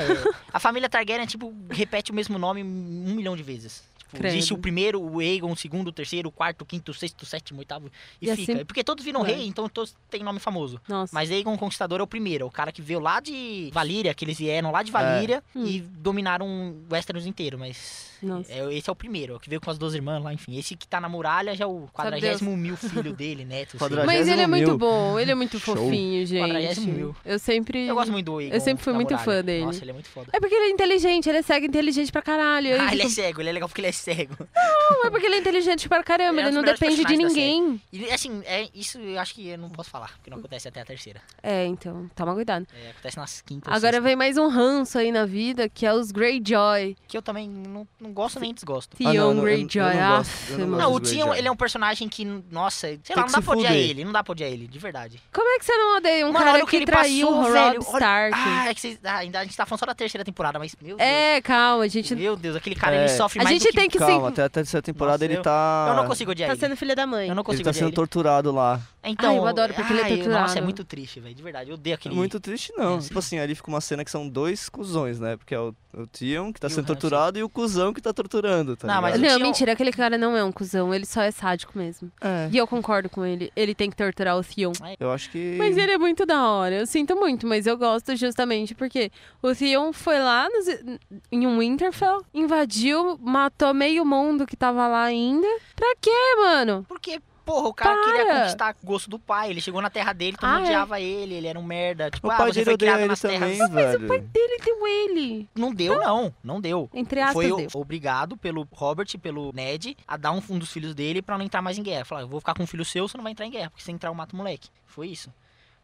S2: a família Targaryen, tipo, repete o mesmo nome um milhão de vezes. Tipo,
S1: Credo.
S2: existe o primeiro, o Aegon, o segundo, o terceiro, o quarto, o quinto, o sexto, o sétimo, o oitavo, e,
S1: E
S2: fica.
S1: assim-
S2: Porque todos viram
S1: Vai.
S2: rei, então todos têm nome famoso.
S1: Nossa.
S2: Mas Aegon o Conquistador é o primeiro, é o cara que veio lá de Valíria, que eles vieram
S3: É.
S2: lá de Valíria e dominaram um Westeros inteiro, mas...
S1: Hum. Nossa.
S2: é- esse é o primeiro, é o que veio com as duas irmãs lá, enfim. Esse que tá na muralha já é o
S1: Sabe Deus.
S2: quadragésimo mil filho dele, neto. assim. sei lá.
S3: Quadragésimo
S1: Mas ele é muito
S3: mil.
S1: bom, ele é muito
S3: Show.
S1: fofinho, gente.
S2: Quadragésimo mil.
S1: Eu sempre.
S2: Eu gosto muito do Aegon.
S1: Eu sempre fui
S2: da
S1: muito
S2: muralha.
S1: fã dele.
S2: Nossa, ele é muito foda.
S1: É porque ele é inteligente, ele é cego inteligente pra caralho. Aí
S2: Ah, ele é
S1: fica-
S2: cego, ele é legal porque ele é cego.
S1: Não, é porque ele é inteligente pra caramba,
S2: Ele é um
S1: ele
S2: dos
S1: não
S2: melhores
S1: depende de
S2: personagens da série.
S1: ninguém.
S2: E assim, é, isso eu acho que eu não posso falar, porque não acontece até a terceira.
S1: É, então, toma cuidado.
S2: É, acontece nas quintas.
S1: Agora vem mais um ranço aí na vida, que é os Greyjoy.
S2: Que eu também não, Ah, não gosto nem desgosto.
S1: Theon
S3: não, não, eu-
S1: Greyjoy.
S3: eu não gosto, eu
S1: Aff,
S3: não
S1: mano.
S3: gosto.
S2: Não, o
S3: dos
S2: Tion,
S3: Greyjoy.
S2: ele é um personagem que, nossa, sei lá,
S3: que
S2: não dá
S3: se
S2: pra odiar
S3: fuder.
S2: ele, não dá pra odiar ele, de verdade.
S1: Como é que você não odeia um
S2: Mano, olha
S1: cara
S2: o que
S1: que,
S2: ele
S1: traiu
S2: passou,
S1: o
S2: velho,
S1: Rob
S2: olha-
S1: Stark?
S2: Ah, é que vocês, ah, ainda a gente tá falando só da terceira temporada, mas meu Deus.
S1: é, calma, a gente.
S2: Meu Deus, aquele cara,
S3: É.
S2: ele sofre
S1: A
S2: mais
S1: gente
S2: do que...
S1: tem que
S3: Calma,
S1: se.
S3: até a terceira temporada ele
S2: eu-
S3: tá...
S2: Eu não consigo odiar
S1: Tá
S2: ele.
S1: sendo filha da mãe.
S2: Eu não
S3: Ele
S2: consigo
S3: tá
S2: odiar
S3: sendo
S2: ele.
S3: torturado lá.
S2: Então,
S1: Ai, eu adoro, porque ele é
S2: ai, eu- Nossa, é
S1: torturado.
S2: muito triste, velho, de verdade. Eu odeio aquele...
S3: Muito triste, não.
S2: É.
S3: Tipo assim, ali fica uma cena que são dois cuzões, né? Porque é o, o Tion que tá
S2: E o
S3: sendo
S2: Ramsay.
S3: torturado e o cuzão que tá torturando, tá
S2: Não, mas
S3: ligado?
S1: Não,
S2: Tion-
S1: mentira, aquele cara não é um cuzão, ele só é sádico mesmo.
S3: É,
S1: E eu concordo com ele, ele tem que torturar o Theon.
S3: eu acho que...
S1: Mas ele é muito da hora, eu sinto muito, mas eu gosto justamente porque o Theon foi lá nos- em um Winterfell, invadiu, matou meio mundo que tava lá ainda. Pra quê, mano?
S2: Porque, porra, o cara
S1: Para!
S2: queria conquistar o gosto do pai. Ele chegou na terra dele, todo
S1: Ah,
S2: mundo
S1: é?
S2: odiava ele, ele era um merda. Tipo,
S3: O
S2: ah,
S3: pai
S2: você
S3: dele
S2: foi
S3: odeia
S2: criado
S3: ele
S2: nas
S3: também,
S2: terras.
S3: velho.
S1: Ele deu ele,
S2: Não deu, não. Não deu.
S1: entre aspas,
S2: Foi o-
S1: deu.
S2: obrigado pelo Robert e pelo Ned a dar um, um dos filhos dele pra não entrar mais em guerra. Falar, eu vou ficar com um filho seu, você não vai entrar em guerra, porque se entrar eu mato o moleque. Foi isso.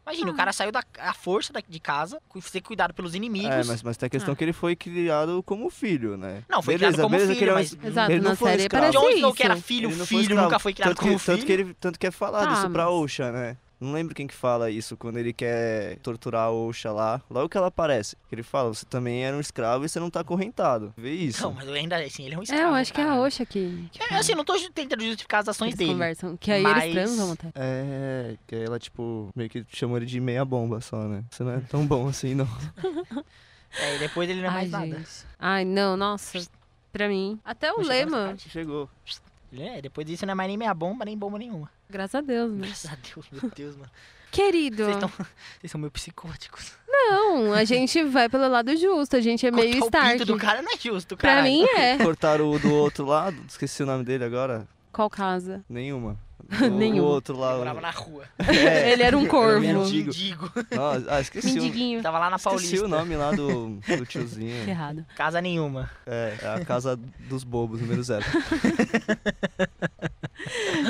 S2: Imagina,
S1: Ah.
S2: o cara saiu da a força da- de casa, cu- ser cuidado pelos inimigos.
S3: É, mas, mas tem a questão
S1: Ah.
S3: que ele foi criado como filho, né?
S2: Não, foi
S3: beleza,
S2: criado como
S3: beleza,
S2: filho,
S3: que ele é um-
S2: mas-
S1: Exato,
S3: ele não
S1: na
S3: foi
S1: série
S3: escravo.
S1: parece
S2: Jon Snow,
S1: isso.
S2: que era filho,
S3: Ele não foi
S2: filho,
S3: escravo.
S2: nunca foi criado
S3: tanto que,
S2: como
S3: tanto
S2: filho.
S3: que ele tanto que é falado
S1: Tá,
S3: isso pra
S1: mas-
S3: Osha, né? Não lembro quem que fala isso quando ele quer torturar a Osha lá. Logo que ela aparece, que ele fala: "Você também era um escravo e você não tá acorrentado". Vê isso.
S2: Não, mas ainda assim, ele é um
S1: É,
S2: escravo.
S1: eu acho que é a
S2: caralho.
S1: Oxa que, que
S2: É, assim, não tô ju- tentando justificar as ações
S1: eles
S2: dele.
S1: conversam, que aí
S2: mas-
S1: eles transam até.
S3: É, que aí ela tipo meio que chamou ele de meia bomba só, né? Você não é tão bom assim, não.
S2: É, e depois ele não é
S1: Ai,
S2: mais nada.
S1: gente. Ai, não, nossa. Pra mim. Até o
S2: Não chegou nessa
S1: lema.
S2: parte.
S3: Chegou.
S2: É, depois disso não é mais nem meia bomba, nem bomba nenhuma.
S1: Graças a Deus, né?
S2: Graças a Deus, meu Deus, mano.
S1: Querido.
S2: Vocês, tão... Vocês são meio psicóticos.
S1: Não, a gente vai pelo lado justo. A gente é meio
S2: Cortar o
S1: Stark.
S2: pinto do cara não é justo, cara.
S1: Pra mim é.
S3: Cortaram o do outro lado, esqueci o nome dele agora.
S1: Qual casa?
S3: Nenhuma. O,
S1: Nenhuma.
S3: O outro lá.
S2: Eu
S3: o-
S2: morava na rua.
S3: É.
S1: Ele era um corvo.
S3: Era um
S2: Mendigo.
S3: mendigo. Nossa, ah, esqueci o,
S1: Mendiguinho.
S2: Tava lá na
S3: esqueci
S2: Paulista.
S3: o nome lá do, do tiozinho.
S1: Errado.
S2: Casa nenhuma.
S3: É, é a casa dos bobos, número zero.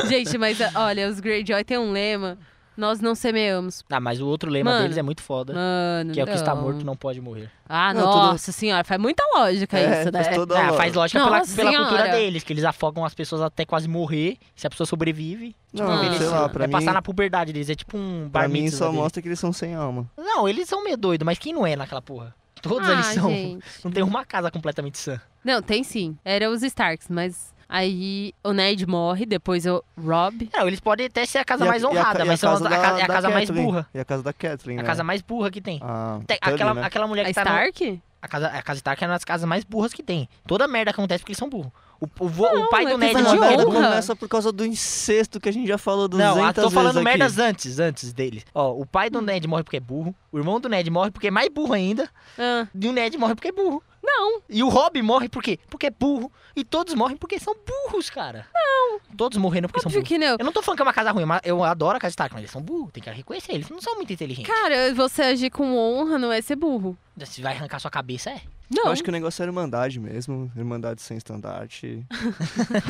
S1: Gente, mas ah, olha, os Greyjoy tem um lema. Nós não semeamos.
S2: Ah, mas o outro lema
S1: Mano.
S2: deles é muito foda.
S1: Mano.
S2: Que é o que está
S1: não.
S2: morto não pode morrer.
S1: Ah,
S3: Não, tudo-
S1: nossa senhora. Faz muita lógica
S3: É,
S1: isso, né?
S3: faz todo- Toda
S2: ah,
S3: hora.
S2: faz lógica pela,
S1: Nossa
S2: pela cultura
S1: senhora.
S2: deles, que eles afogam as pessoas até quase morrer. Se a pessoa sobrevive,
S3: Não,
S1: Ah.
S3: sei lá,
S2: vai
S3: pra
S2: Tipo
S3: mim,
S2: é passar na puberdade deles. É tipo um bar
S3: pra mim
S2: mitzvah
S3: só
S2: deles.
S3: mostra que eles são sem alma.
S2: Não, eles são meio doidos, mas quem não é naquela porra? Todos eles
S1: Ah,
S2: são.
S1: gente.
S2: Não tem uma casa completamente sã.
S1: Não, tem sim. Era os Starks, mas aí o Ned morre, depois o Rob.
S2: Não, eles podem até ser a casa
S3: E a-
S2: mais
S3: e a ca-
S2: honrada,
S3: e a
S2: mas são as-
S3: casa
S2: a,
S3: da-
S2: ca- é a
S3: da
S2: casa mais
S3: Catelyn.
S2: burra.
S3: E a casa da Catherine,
S2: A
S3: né?
S2: casa mais burra que tem.
S3: Ah,
S2: Tem-
S3: Tully,
S2: aquela,
S3: né?
S2: aquela mulher
S1: A
S2: que tá no,
S1: Stark?
S2: a casa A casa Stark é uma das casas mais burras que tem. Toda merda acontece porque eles são burros. O, o, vo- o pai
S1: é
S2: do Ned
S1: questão
S3: Mas
S1: de
S3: a merda
S1: honra.
S3: começa por causa do incesto que a gente já falou 200
S2: Não, ah, tô falando
S3: vezes aqui.
S2: merdas antes, antes deles. Ó, o pai do
S1: Hum.
S2: Ned morre porque é burro, o irmão do Ned morre porque é mais burro ainda,
S1: Ah,
S2: e o Ned morre porque é burro.
S1: não,
S2: E o Rob morre por quê? Porque é burro. E todos morrem porque são burros, cara. Não. Todos morreram porque são
S1: óbvio
S2: burros.
S1: que não.
S2: Eu não tô falando que é uma casa ruim, mas eu adoro a casa Stark, mas eles são burros, tem que reconhecer, eles não são muito inteligentes.
S1: Cara, você agir com honra não é ser burro.
S2: Se vai arrancar sua cabeça, é.
S1: Não.
S3: Eu acho que o negócio era Irmandade mesmo. Irmandade sem estandarte.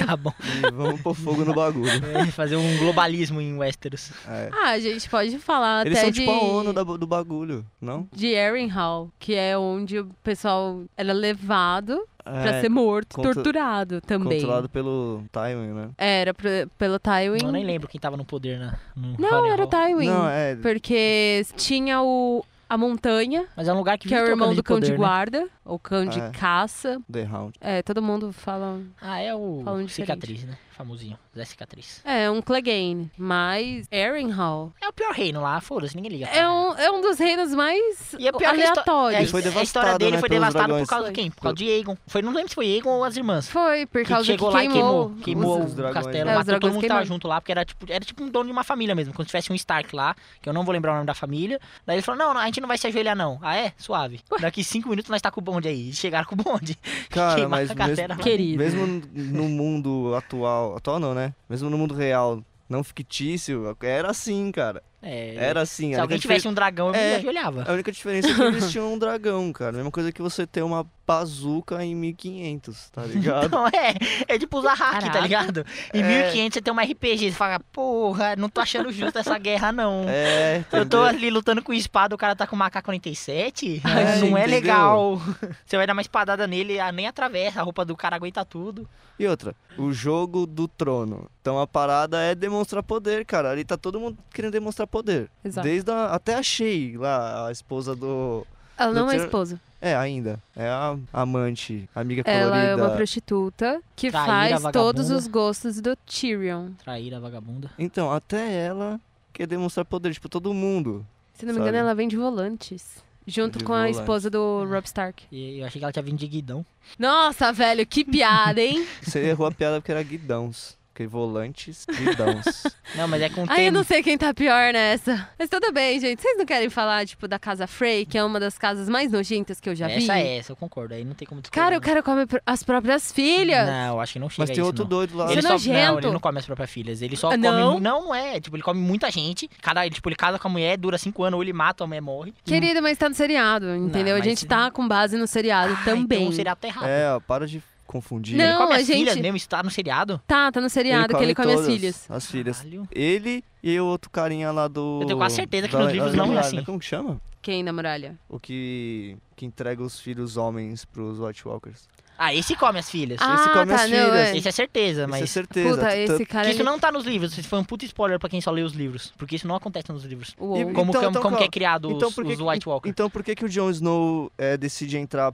S2: tá bom.
S3: E vamos pôr fogo no bagulho.
S2: É, fazer um globalismo em Westeros.
S3: É.
S1: Ah, a gente pode falar
S3: Eles
S1: até
S3: são
S1: de...
S3: tipo a ONU da- do bagulho, não?
S1: De Erin Hall, que é onde o pessoal era levado pra
S3: É,
S1: ser morto,
S3: contro-
S1: torturado também.
S3: Controlado pelo Tywin, né?
S1: Era pra- pelo Tywin.
S2: Eu nem lembro quem tava no poder na, no
S1: Não,
S2: Harry
S1: era o
S2: Hall.
S1: Tywin.
S3: Não, é.
S1: Porque tinha o, a montanha,
S2: Mas é um lugar que,
S1: que é o
S2: vive
S1: irmão do cão
S2: trocando
S1: de
S2: poder, né?
S1: guarda, ou cão de
S3: Ah, é.
S1: caça.
S3: The Hound.
S1: É, todo mundo fala. um,
S2: Ah, é o
S1: Falam diferente.
S2: Cicatriz, né? Famosinho. Zé Cicatriz.
S1: É, um Clegane. Mas Erin Hall
S2: É o pior reino lá, foda-se, ninguém liga.
S1: é um, é um dos reinos mais
S2: E é pior que a histó-
S1: aleatórios.
S3: E
S2: a
S3: foi
S2: história
S3: devastado,
S2: dele
S3: né,
S2: foi
S3: pelos
S2: devastada
S3: dragões.
S2: por causa de quem? Por causa de Aegon. Foi, não lembro se foi Aegon ou as irmãs.
S1: Foi, por
S2: que
S1: causa
S2: chegou
S1: que
S2: lá e
S1: queimou.
S2: queimou, queimou
S3: os
S2: o
S3: dragões. né?
S2: castelo,
S1: É, os
S2: matou todo
S1: dragões
S2: mundo que tava
S1: queimaram.
S2: junto lá, porque era tipo, era tipo um dono de uma família mesmo, como se tivesse um Stark lá, que eu não vou lembrar o nome da família. Daí ele falou, não, não, a gente não vai se ajoelhar não. Ah é? Suave. Daqui cinco minutos nós tá com o bonde aí. E chegaram com o bonde.
S3: Cara,
S2: Queimar
S3: mas
S2: a né? galera
S3: mesmo,
S2: lá.
S1: Querido.
S3: mesmo no mundo atual. Atual não, né? Mesmo no mundo real, não fictício, era assim, cara.
S2: É,
S3: Era
S2: se
S3: assim. a única
S2: alguém
S3: difer-
S2: tivesse um dragão, eu me
S3: É.
S2: ajoelhava.
S3: A única diferença é que eles tinham um dragão, cara. Mesma coisa que você ter uma bazuca em 1500, tá ligado?
S2: Não, é, é tipo usar hack, tá
S1: Caraca.
S2: ligado? Em
S3: É.
S2: 1500 você tem uma RPG, você fala, porra, não tô achando justo essa guerra não.
S3: É,
S2: Eu tô
S3: entendeu?
S2: ali lutando com espada, o cara tá com uma AK-47.
S3: É,
S2: não é
S3: entendeu?
S2: legal. Você vai dar uma espadada nele, ah, nem atravessa. A roupa do cara aguenta tudo.
S3: E outra, o jogo do trono. Então a parada é demonstrar poder, cara. Ali tá todo mundo querendo demonstrar poder.
S1: Exato.
S3: Desde a, até a Shea lá, a esposa do.
S1: Ela não é
S3: Doutor-
S1: esposa.
S3: É, ainda. É a amante, amiga
S1: Ela é uma
S3: colorida.
S1: prostituta que
S2: Traíra,
S1: faz todos
S2: vagabunda.
S1: os gostos do Tyrion.
S2: Traíra, vagabunda.
S3: Então, até ela quer demonstrar poder, tipo, todo mundo.
S1: Se não me
S3: Sabe?
S1: engano, ela vende volantes. Junto
S3: De
S1: com
S3: volantes.
S1: a esposa
S2: Hum.
S1: do Rob Stark.
S2: E eu achei que ela tinha vindo de guidão.
S1: Nossa, velho, que piada, hein?
S3: Você errou a piada porque era guidãos. Porque volantes, guidãos.
S2: Não, mas é com
S1: Ai, eu
S2: termo.
S1: não sei quem tá pior nessa. Mas tudo bem, gente. Vocês não querem falar, tipo, da casa Frey, que é uma das casas mais nojentas que eu já vi?
S2: Essa é essa, eu concordo. Aí não tem como discordar.
S1: Cara, é o cara come pr- as próprias filhas.
S2: Não, acho que não chega
S3: Mas
S2: a
S3: tem
S2: isso,
S3: outro
S2: não.
S3: doido lá.
S1: Isso
S2: Ele
S1: é
S2: só, não,
S1: nojento.
S2: ele não come as próprias filhas. Ele só
S1: Ah,
S2: come.
S1: não?
S2: mu- Não é. Tipo, ele come muita gente. Cada, tipo, ele casa com a mulher, dura cinco anos, ou ele mata, a mulher morre.
S1: Querido, mas tá no seriado, entendeu? a
S2: mas-
S1: gente tá com base no seriado
S2: Ah,
S1: também.
S2: Então seria até errado.
S3: É, ó, para de confundir.
S1: Não,
S2: Ele come
S1: a
S2: as filhas
S1: gente-
S2: mesmo, isso tá no seriado?
S1: Tá, tá no seriado que ele come as
S3: todas
S1: filhas.
S3: As filhas.
S2: Caralho.
S3: Ele e o outro carinha lá do.
S2: Eu tenho quase certeza que
S3: da-
S2: nos livros
S3: da-
S2: não é
S3: da-
S2: assim.
S3: Como que chama?
S1: Quem na muralha?
S3: O que. que entrega os filhos homens pros White Walkers.
S2: Ah, esse come as filhas.
S1: Ah,
S3: Esse come
S1: tá,
S3: as
S1: não,
S3: filhas.
S1: é.
S2: Isso é certeza,
S3: Isso é
S2: mas.
S3: certeza.
S1: Puta,
S3: Tanto-
S1: esse cara.
S2: Que isso
S1: ele-
S2: não tá nos livros. Isso foi um puto spoiler pra quem só lê os livros. Porque isso não acontece nos livros.
S1: Uou.
S3: E-
S2: Como,
S3: Então,
S2: que,
S3: então,
S2: como que é
S3: calma.
S2: criado os,
S3: Então por que
S2: os
S3: que-
S2: White Walker.
S3: Então por que que o Jon Snow é, decide entrar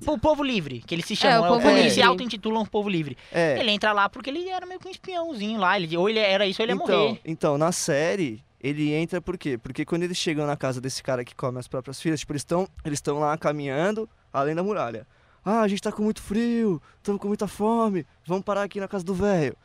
S3: pro...
S2: O povo livre, que eles se
S1: o
S2: chamam. É, o
S1: povo
S2: povo Eles
S1: livre.
S2: se auto-intitulam o povo livre.
S3: É,
S2: Ele entra lá porque ele era meio que um espiãozinho lá. Ele, ou ele era isso ou ele ia
S3: então,
S2: morrer.
S3: então, na série, ele entra por quê? Porque quando eles chegam na casa desse cara que come as próprias filhas, tipo, eles estão eles estão lá caminhando além da muralha. Ah, a gente tá com muito frio, estamos com muita fome, vamos parar aqui na casa do velho.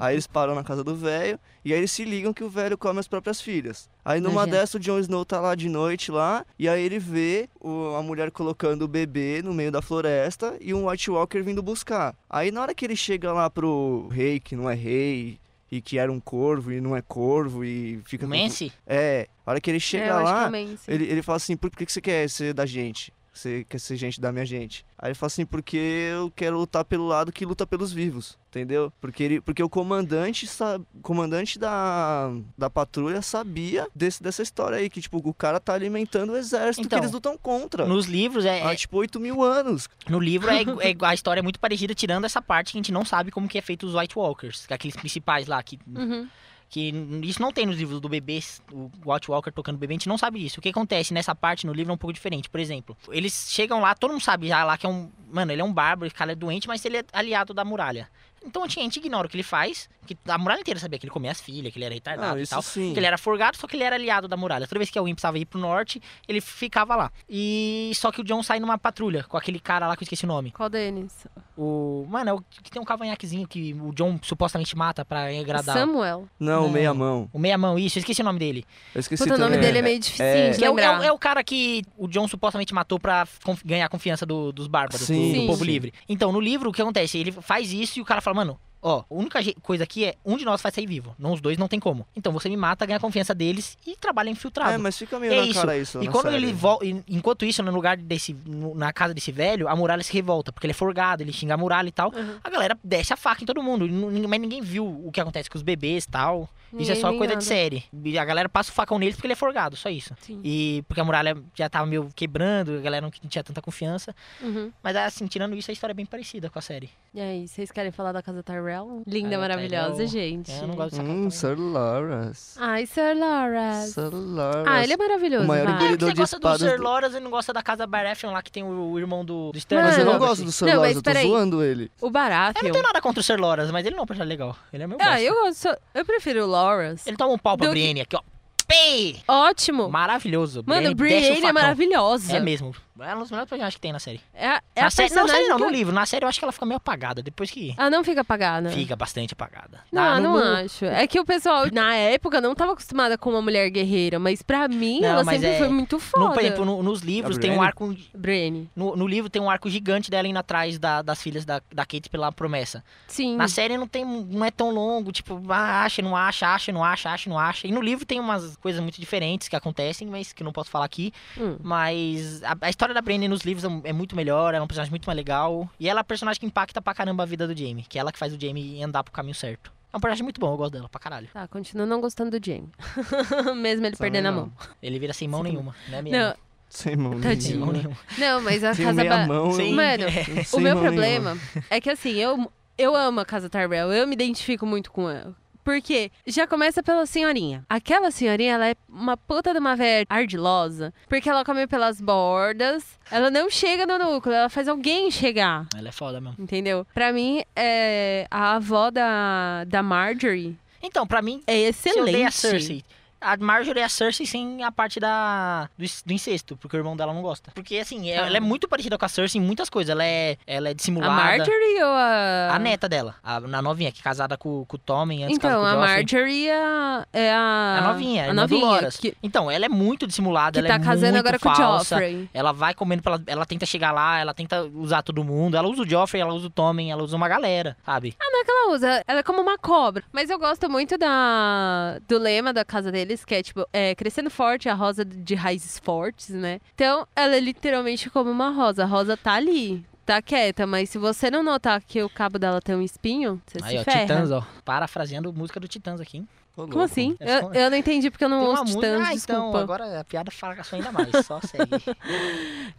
S3: aí eles param na casa do velho e aí eles se ligam que o velho come as próprias filhas. Aí numa
S1: Nojento.
S3: dessa o Jon Snow tá lá de noite lá e aí ele vê o- a mulher colocando o bebê no meio da floresta e um White Walker vindo buscar. Aí na hora que ele chega lá pro rei que não é rei e que era um corvo e não é corvo e fica
S2: O
S3: com-
S2: Mance?
S3: É, a hora que ele chega
S1: É, eu acho que
S3: lá,
S1: é o Mance.
S3: ele, ele fala assim, por que, que você quer ser da gente? Você quer ser gente da minha gente? Aí ele fala assim, porque eu quero lutar pelo lado que luta pelos vivos, entendeu? Porque, ele, porque o comandante sa- comandante da, da patrulha sabia desse, dessa história aí, que tipo, o cara tá alimentando o exército
S2: Então,
S3: que eles lutam contra.
S2: Nos livros é,
S3: Há
S2: é-
S3: tipo 8 mil anos.
S2: no livro é, igu- é igu- a história é muito parecida, tirando essa parte que a gente não sabe como que é feito os White Walkers, que é aqueles principais lá que
S1: Uhum.
S2: Que n- isso não tem nos livros do bebê, o White Walker tocando o bebê, a gente não sabe disso. O que acontece nessa parte no livro é um pouco diferente. Por exemplo, eles chegam lá, todo mundo sabe já lá que é um. Mano, ele é um bárbaro, esse cara é doente, mas ele é aliado da muralha. Então a gente- a gente ignora o que ele faz, que a muralha inteira sabia que ele comia as filhas, que ele era retardado
S3: Não,
S2: É e
S3: Ah, isso
S2: tal.
S3: sim.
S2: Que ele era forgado, só que ele era aliado da muralha. Toda vez que alguém precisava ir pro norte, ele ficava lá. E só que o John sai numa patrulha com aquele cara lá que eu esqueci o nome.
S1: Qual Denis?
S2: O. Mano, é o que tem um cavanhaquezinho que o John supostamente mata pra agradar.
S1: Samuel.
S3: Não,
S2: Não.
S3: meia mão.
S2: O meia-mão, isso, eu esqueci o nome dele.
S3: Eu esqueci
S1: Puta, o nome
S3: também.
S1: dele é meio difícil
S3: É.
S1: de
S2: Que é, o, é
S1: lembrar.
S2: o- é o cara que o John supostamente matou pra conf- ganhar a confiança do- dos bárbaros, do-
S3: Sim,
S2: do,
S1: Sim.
S2: povo
S3: sim.
S2: livre. Então, no livro, o que acontece? Ele faz isso e o cara fala, mano, Ó, a única je- coisa aqui é um de nós vai sair vivo. Não os dois, não tem como. Então você me mata, ganha a confiança deles e trabalha infiltrado.
S3: É, mas fica meio
S2: É
S3: na
S2: isso.
S3: cara isso.
S2: E
S3: na
S2: quando
S3: série.
S2: ele volta. Enquanto isso, no lugar desse. no- na casa desse velho, a muralha se revolta, porque ele é forgado, ele xinga a muralha e tal.
S1: Uhum.
S2: A galera desce a faca em todo mundo. e nu- Mas ninguém viu o que acontece com os bebês e tal. Isso é
S1: Ninguém
S2: só
S1: nem
S2: coisa
S1: nada.
S2: de série. E a galera passa o facão neles porque ele é forgado, só isso.
S1: Sim.
S2: E porque a muralha já tava meio quebrando, a galera não tinha tanta confiança.
S1: Uhum.
S2: Mas assim, tirando isso, a história é bem parecida com a série.
S1: E aí, vocês querem falar da casa Ah, Tyrell? Linda,
S2: Casa
S1: maravilhosa,
S2: Tyrell.
S1: gente.
S2: É, Eu não gosto dessa
S3: Hum,
S2: cara.
S3: Sir Loras.
S1: Ai, Sir Laura.
S3: Sir Loras.
S1: Ah, ele é maravilhoso.
S3: O maior
S1: vai.
S3: engoli-
S2: também. É que
S3: Corredor
S2: você
S3: de
S2: gosta do
S3: espadas
S2: Sir
S3: do-
S2: Loras e não gosta da casa Baratheon lá que tem o, o irmão do, do Stannis.
S1: Mano.
S3: Mas eu não
S1: Mano.
S3: gosto do Sir
S1: Não, mas
S3: Loras, eu tô
S1: peraí.
S3: zoando ele.
S1: O
S2: Eu não
S1: Baratheon.
S2: tenho nada contra o Sir Loras, mas ele não é um personagem legal. Ele é meu
S1: Ah,
S2: bosta.
S1: eu gosto. Eu prefiro o Lawrence.
S2: Ele toma um pau pra
S1: Do que-
S2: Brienne aqui, ó. Pei!
S1: Ótimo.
S2: Maravilhoso.
S1: Mano,
S2: desce o
S1: Brienne é
S2: facão.
S1: maravilhosa.
S2: É mesmo. É um dos melhores personagens que tem na série.
S1: É, a- é
S2: na
S1: a
S2: série, não, na série
S1: personagem
S2: não,
S1: que
S2: no
S1: eu-
S2: livro. Na série eu acho que ela fica meio apagada depois que
S1: Ela não fica apagada.
S2: fica bastante apagada.
S1: Não,
S2: Na-
S1: eu
S2: Ah, no-
S1: não
S2: no-
S1: acho. É que o pessoal, na época, não tava acostumada com uma mulher guerreira, mas pra mim,
S2: Não,
S1: ela
S2: mas
S1: sempre
S2: é-
S1: foi muito
S2: no-
S1: foda.
S2: por exemplo, no- nos livros
S3: A
S2: tem um
S3: Brienne?
S2: arco.
S1: Brienne.
S2: No, no livro tem um arco gigante dela indo atrás da- das filhas da, da Kate pela promessa.
S1: Sim.
S2: Na série não tem, não é tão longo, tipo, ah, acha, não acha, acha, não acha, acha, não acha. E no livro tem umas coisas muito diferentes que acontecem, mas que eu não posso falar aqui.
S1: Hum.
S2: Mas a, a história da Brienne nos livros é muito melhor, ela é um personagem muito mais legal. E ela é a personagem que impacta pra caramba a vida do Jamie, que é ela que faz o Jamie andar pro caminho certo. É um personagem muito bom, eu gosto dela pra caralho.
S1: Tá, continuo não gostando do Jamie. Mesmo ele
S3: Também
S1: perdendo a
S3: não.
S1: mão.
S2: Ele vira sem mão
S3: Sim.
S2: nenhuma, né,
S1: Não,
S2: minha?
S3: Sem mão
S2: Sem
S1: Tadinho.
S2: mão
S1: Sim.
S3: nenhuma.
S2: nenhuma.
S1: não, mas a
S3: Sem
S1: casa.
S3: meia
S1: Ba-
S3: mão.
S2: Sim.
S1: Mano,
S2: é.
S1: O meu problema é que assim, eu, eu amo a Casa Tyrell, eu me identifico muito com ela. Porque já começa pela senhorinha. Aquela senhorinha, ela é uma puta de uma velha ardilosa, porque ela come pelas bordas, ela não chega no núcleo, ela faz alguém chegar.
S2: Ela é foda mesmo.
S1: Entendeu? Pra mim, é, a avó da, da Marjorie
S2: Então, pra mim,
S1: é
S2: se eu dei a
S1: excelente.
S2: Cersei. A Marjorie é a Cersei sem a parte da do, inc- do incesto, porque o irmão dela não gosta. Porque assim, ela é muito parecida com a Cersei em muitas coisas. Ela é, ela
S1: Tá.
S2: é
S1: a
S2: dissimulada.
S1: Marjorie ah. ou a.
S2: A neta dela, a, na novinha, que é casada com, com o Tommen antes casada
S1: Então,
S2: com o
S1: a
S2: Joffrey.
S1: Marjorie é a. É a,
S2: A novinha,
S1: a
S2: irmã do
S1: novinha
S2: Loras.
S1: que,
S2: Então, ela é muito dissimulada,
S1: que
S2: ela
S1: tá
S2: é
S1: casando
S2: muito
S1: agora com o
S2: falsa.
S1: Joffrey.
S2: Ela vai comendo, pela, ela tenta chegar lá, ela tenta usar todo mundo. Ela usa o Joffrey, ela usa o Tommen, ela usa uma galera, sabe?
S1: Não é que ela usa, ela é como uma cobra. Mas eu gosto muito da, do lema da casa deles, que é tipo, é, crescendo forte, a rosa de raízes fortes, né? Então, ela é literalmente como uma rosa. A rosa tá ali, tá quieta, mas se você não notar que o cabo dela tem um espinho, você
S2: Aí,
S1: se
S2: ó,
S1: ferra.
S2: Titãs, ó. Parafraseando música do Titãs aqui, hein?
S1: Como assim?
S2: É
S1: Eu,
S2: só-
S1: eu não entendi porque eu não
S2: Tem uma
S1: ouço
S2: música.
S1: Titãs,
S2: ah, então,
S1: desculpa.
S2: agora a piada fracassou ainda mais. Só segue.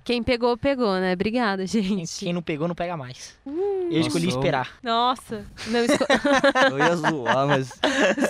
S1: Quem pegou, pegou, né? Obrigada,
S2: Quem,
S1: gente.
S2: quem não pegou, não pega mais.
S1: Uh.
S2: Eu escolhi
S3: Nossa,
S2: esperar.
S1: Nossa, não esco...
S3: Eu ia zoar, mas.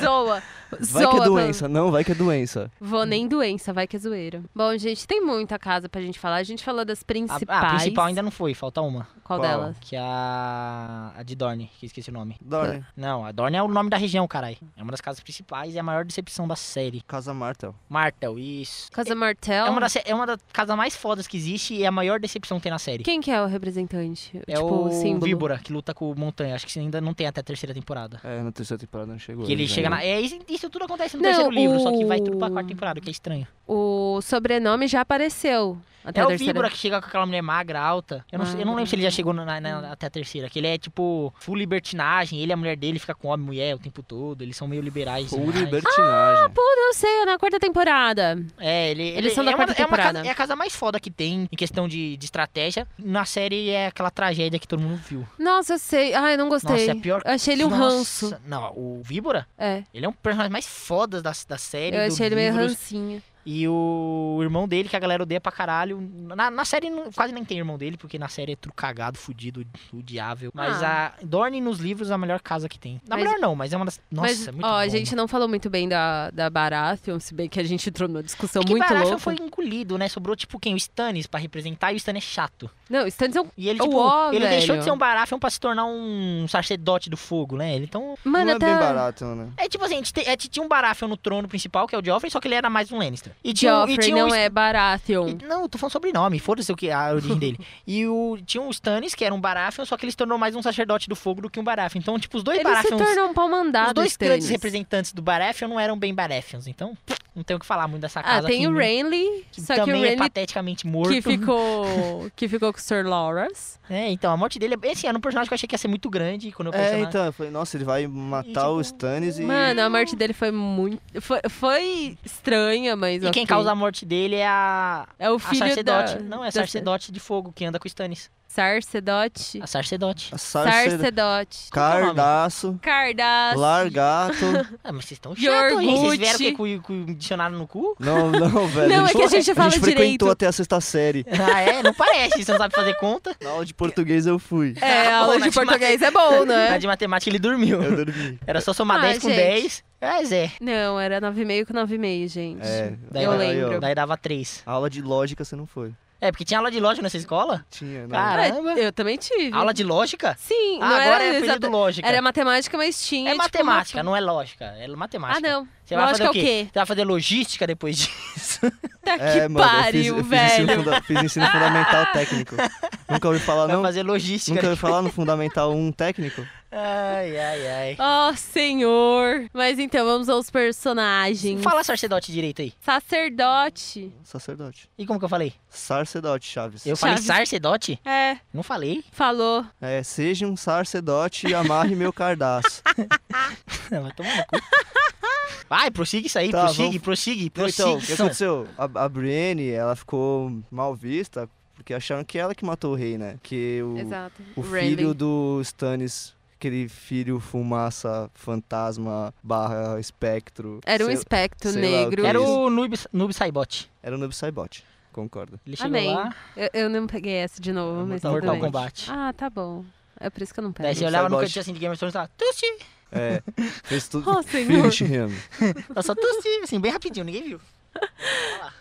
S1: zoa.
S3: Vai
S1: zoa,
S3: que é
S1: pelo-
S3: doença. Não, vai que é doença.
S1: Vou nem doença, vai que é zoeira. Bom, gente, tem muita casa pra gente falar. A gente falou das
S2: A,
S1: principais.
S2: a Ah, principal ainda não foi, falta uma.
S1: Qual,
S3: Qual?
S1: delas?
S2: Que é a, a de Dorne, que eu esqueci o nome.
S3: Dorne.
S2: Não, a Dorne é o nome da região, caralho. É uma das casas principais e é a maior decepção da série.
S3: Casa Martel.
S2: Martel, isso.
S1: Casa Martel.
S2: É uma, das, é uma das casas mais fodas que existe e é a maior decepção que tem na série.
S1: Quem que é o representante?
S2: É
S1: tipo,
S2: o
S1: símbolo.
S2: Víbora, que luta com o Montanha. Acho que ainda não tem até a terceira temporada.
S3: É, na terceira temporada não chegou.
S2: Que ele
S3: ainda,
S2: chega
S3: né?
S2: na. É, isso, isso tudo acontece no
S1: Não,
S2: terceiro livro, só que vai
S1: o-
S2: tudo pra quarta temporada, o que é estranho.
S1: O sobrenome já apareceu. Até
S2: é
S1: a
S2: o
S1: terceira. Ah.
S2: Víbora que chega com aquela mulher magra, alta. Eu não, sei- eu não lembro se ele já chegou na- na- até a terceira. Que ele é tipo full libertinagem. Ele e a mulher dele fica com homem e mulher o tempo todo. Eles são meio liberais.
S3: Ou
S2: demais.
S3: libertinagem.
S1: Eu sei, é na quarta temporada.
S2: É, ele, ele-
S1: são da
S2: é uma-
S1: quarta
S2: é uma casa-
S1: temporada.
S2: é a casa mais foda que tem em questão de, de estratégia. Na série é aquela tragédia que todo mundo viu.
S1: Nossa, eu sei. Ai, não gostei.
S2: Nossa, é a pior.
S1: Eu achei ele um
S2: Nossa,
S1: ranço.
S2: Não, o Víbora,
S1: É.
S2: ele é um personagem mais foda da, da série.
S1: Eu
S2: dos
S1: achei ele meio
S2: livros.
S1: rancinho.
S2: E o irmão dele, que a galera odeia pra caralho. Na, na série não- quase nem tem irmão dele, porque na série é tudo cagado, fudido, odiável. Mas a Dorne nos livros é a melhor casa que tem. Na
S1: Ah. Mas-
S2: melhor não, mas é uma das. Nossa,
S1: Mas,
S2: é muito
S1: ó,
S2: bom.
S1: a gente não falou muito bem da, da Baratheon, se bem que a gente entrou numa discussão
S2: é que
S1: muito
S2: Baratheon
S1: louca.
S2: foi engolido, né? Sobrou, tipo, quem? O Stannis pra representar, e o Stannis é chato.
S1: Não, Stannis é um...
S2: E ele,
S1: O
S2: tipo,
S1: ó,
S2: ele deixou
S1: velho.
S2: de ser um Baratheon pra se tornar um sacerdote do fogo, né? Ele, Então,
S1: Mano, tá-
S3: não é
S1: até...
S3: bem barato, né?
S2: é tipo assim, a gente te- é, tinha um Baratheon no trono principal, que é o Joffrey, só que ele era mais um Lannister. E tinha, um- e
S1: Joffrey
S2: tinha um
S1: não é Baratheon.
S2: E- Não, eu tô falando sobrenome, foda-se o que a origem dele. E o tinha o Stannis, que era um Baratheon, só que ele se tornou mais um sacerdote do fogo do que um Baratheon. Então, tipo, os dois
S1: Ele se
S2: Baratheons,
S1: tornou um pau mandado,
S2: os dois
S1: Stannis.
S2: grandes representantes do Baratheon não eram bem Baratheons, então, Não tem o que falar muito dessa
S1: Ah,
S2: casa
S1: tem
S2: aqui,
S1: o
S2: né?
S1: Renly,
S2: Que
S1: só que o
S2: também é
S1: Renly
S2: pateticamente morto.
S1: que ficou, que ficou com o Sir Loras.
S2: É, então, a morte dele... é- Esse era um personagem que eu achei que ia ser muito grande. Quando eu pensei
S3: É,
S2: na-
S3: então, eu falei, nossa, ele vai matar
S2: tipo,
S3: o Stannis e.
S1: Mano, a morte dele foi muito. Foi, foi estranha, mas.
S2: E quem
S1: ok.
S2: causa a morte dele é a...
S1: É o
S2: A
S1: filho
S2: Sarcedote.
S1: da.
S2: Não, é a
S1: da-
S2: Sarcedote de fogo que anda com o Stannis.
S1: Sarcedote.
S2: A Sarcedote.
S3: A Sarcer...
S1: é tipo Sarcedote.
S3: Cardaço.
S1: Cardaço.
S3: Largato.
S2: Ah, mas vocês estão chatos, hein? Vocês
S1: Yorguti.
S2: vieram o quê? Com, com o dicionário no cu?
S3: Não, não, velho.
S1: Não, é que a gente fala
S3: a gente frequentou
S1: direito.
S3: até a sexta série.
S2: Ah, é? Não parece. Você não sabe fazer conta.
S3: Na aula de português eu fui.
S1: É,
S2: Tá
S1: a
S2: bom,
S1: aula de
S2: mas-
S1: português é bom,
S2: Na
S1: né?
S2: de matemática ele dormiu.
S3: Eu dormi.
S2: Era só somar
S1: Ah,
S2: 10 com
S1: gente.
S2: 10. Mas é.
S1: Não, era 9,5 com 9,5, gente.
S3: É,
S2: Daí
S1: eu
S2: vai-
S1: lembro.
S2: Daí dava 3.
S3: A aula de lógica você não foi.
S2: É, porque tinha aula de lógica nessa escola?
S3: Tinha, né? não.
S2: Cara,
S1: Ué,
S2: Caramba.
S1: É, Eu também tive.
S2: Aula de lógica?
S1: Sim,
S2: Ah,
S1: não era
S2: agora é
S1: exata-
S2: período lógica.
S1: Era matemática, mas tinha.
S2: é
S1: tipo, uma-
S2: matemática, não é lógica. É
S1: Ah,
S2: matemática.
S1: não.
S2: Você vai
S1: lógica
S2: fazer o quê?
S1: é o quê?
S2: Você vai fazer logística depois disso?
S1: Tá
S3: é,
S1: que
S3: mano,
S1: pariu,
S3: eu fiz, eu fiz
S1: velho.
S3: Ensino funda- fiz ensino fundamental técnico. Nunca ouvi falar,
S2: Vai
S3: Ah, não?
S2: fazer logística.
S3: Nunca ouvi falar no fundamental 1 técnico?
S2: Ai, ai, ai.
S1: Oh, senhor. Mas então, vamos aos personagens.
S2: Fala sacerdote direito aí.
S1: Sacerdote.
S3: Sacerdote.
S2: E como que eu falei?
S3: Sacerdote, Chaves.
S2: Eu falei
S1: Chaves.
S2: sacerdote?
S1: É,
S2: Não falei.
S1: falou.
S3: É, seja um sacerdote e amarre meu cardaço.
S2: Vai tomar no cu. Vai, prossiga isso aí,
S3: Tá,
S2: prossiga,
S3: vamos-
S2: prossiga,
S3: Não,
S2: prossiga.
S3: então, o que aconteceu? A, a Brienne, ela ficou mal vista porque acharam que ela que matou o rei, né? Que o,
S1: Exato.
S3: o
S1: Renly.
S3: filho do Stannis, aquele filho fumaça, fantasma, barra, espectro.
S1: Era um
S3: sei-
S1: espectro
S3: sei lá o
S1: negro.
S3: que é
S2: Era
S3: isso.
S2: o Noob, Noob Saibot.
S3: Era um Noob Saibot, concordo.
S2: Ele chegou
S1: Amém.
S2: lá,
S1: Eu, eu não peguei essa de novo, mas
S3: Mortal
S1: tudo
S2: Mortal
S1: bem.
S2: Kombat.
S1: é Ah, tá bom. É por isso que eu não
S2: Daí
S1: pego.
S2: você olhava no
S3: Saibot.
S2: cantinho assim de Game of Thrones e tava Tusti!
S3: É, fez tudo...
S1: Oh, senhor.
S3: Finish him.
S2: Tava só Tusti, assim, bem rapidinho, ninguém viu.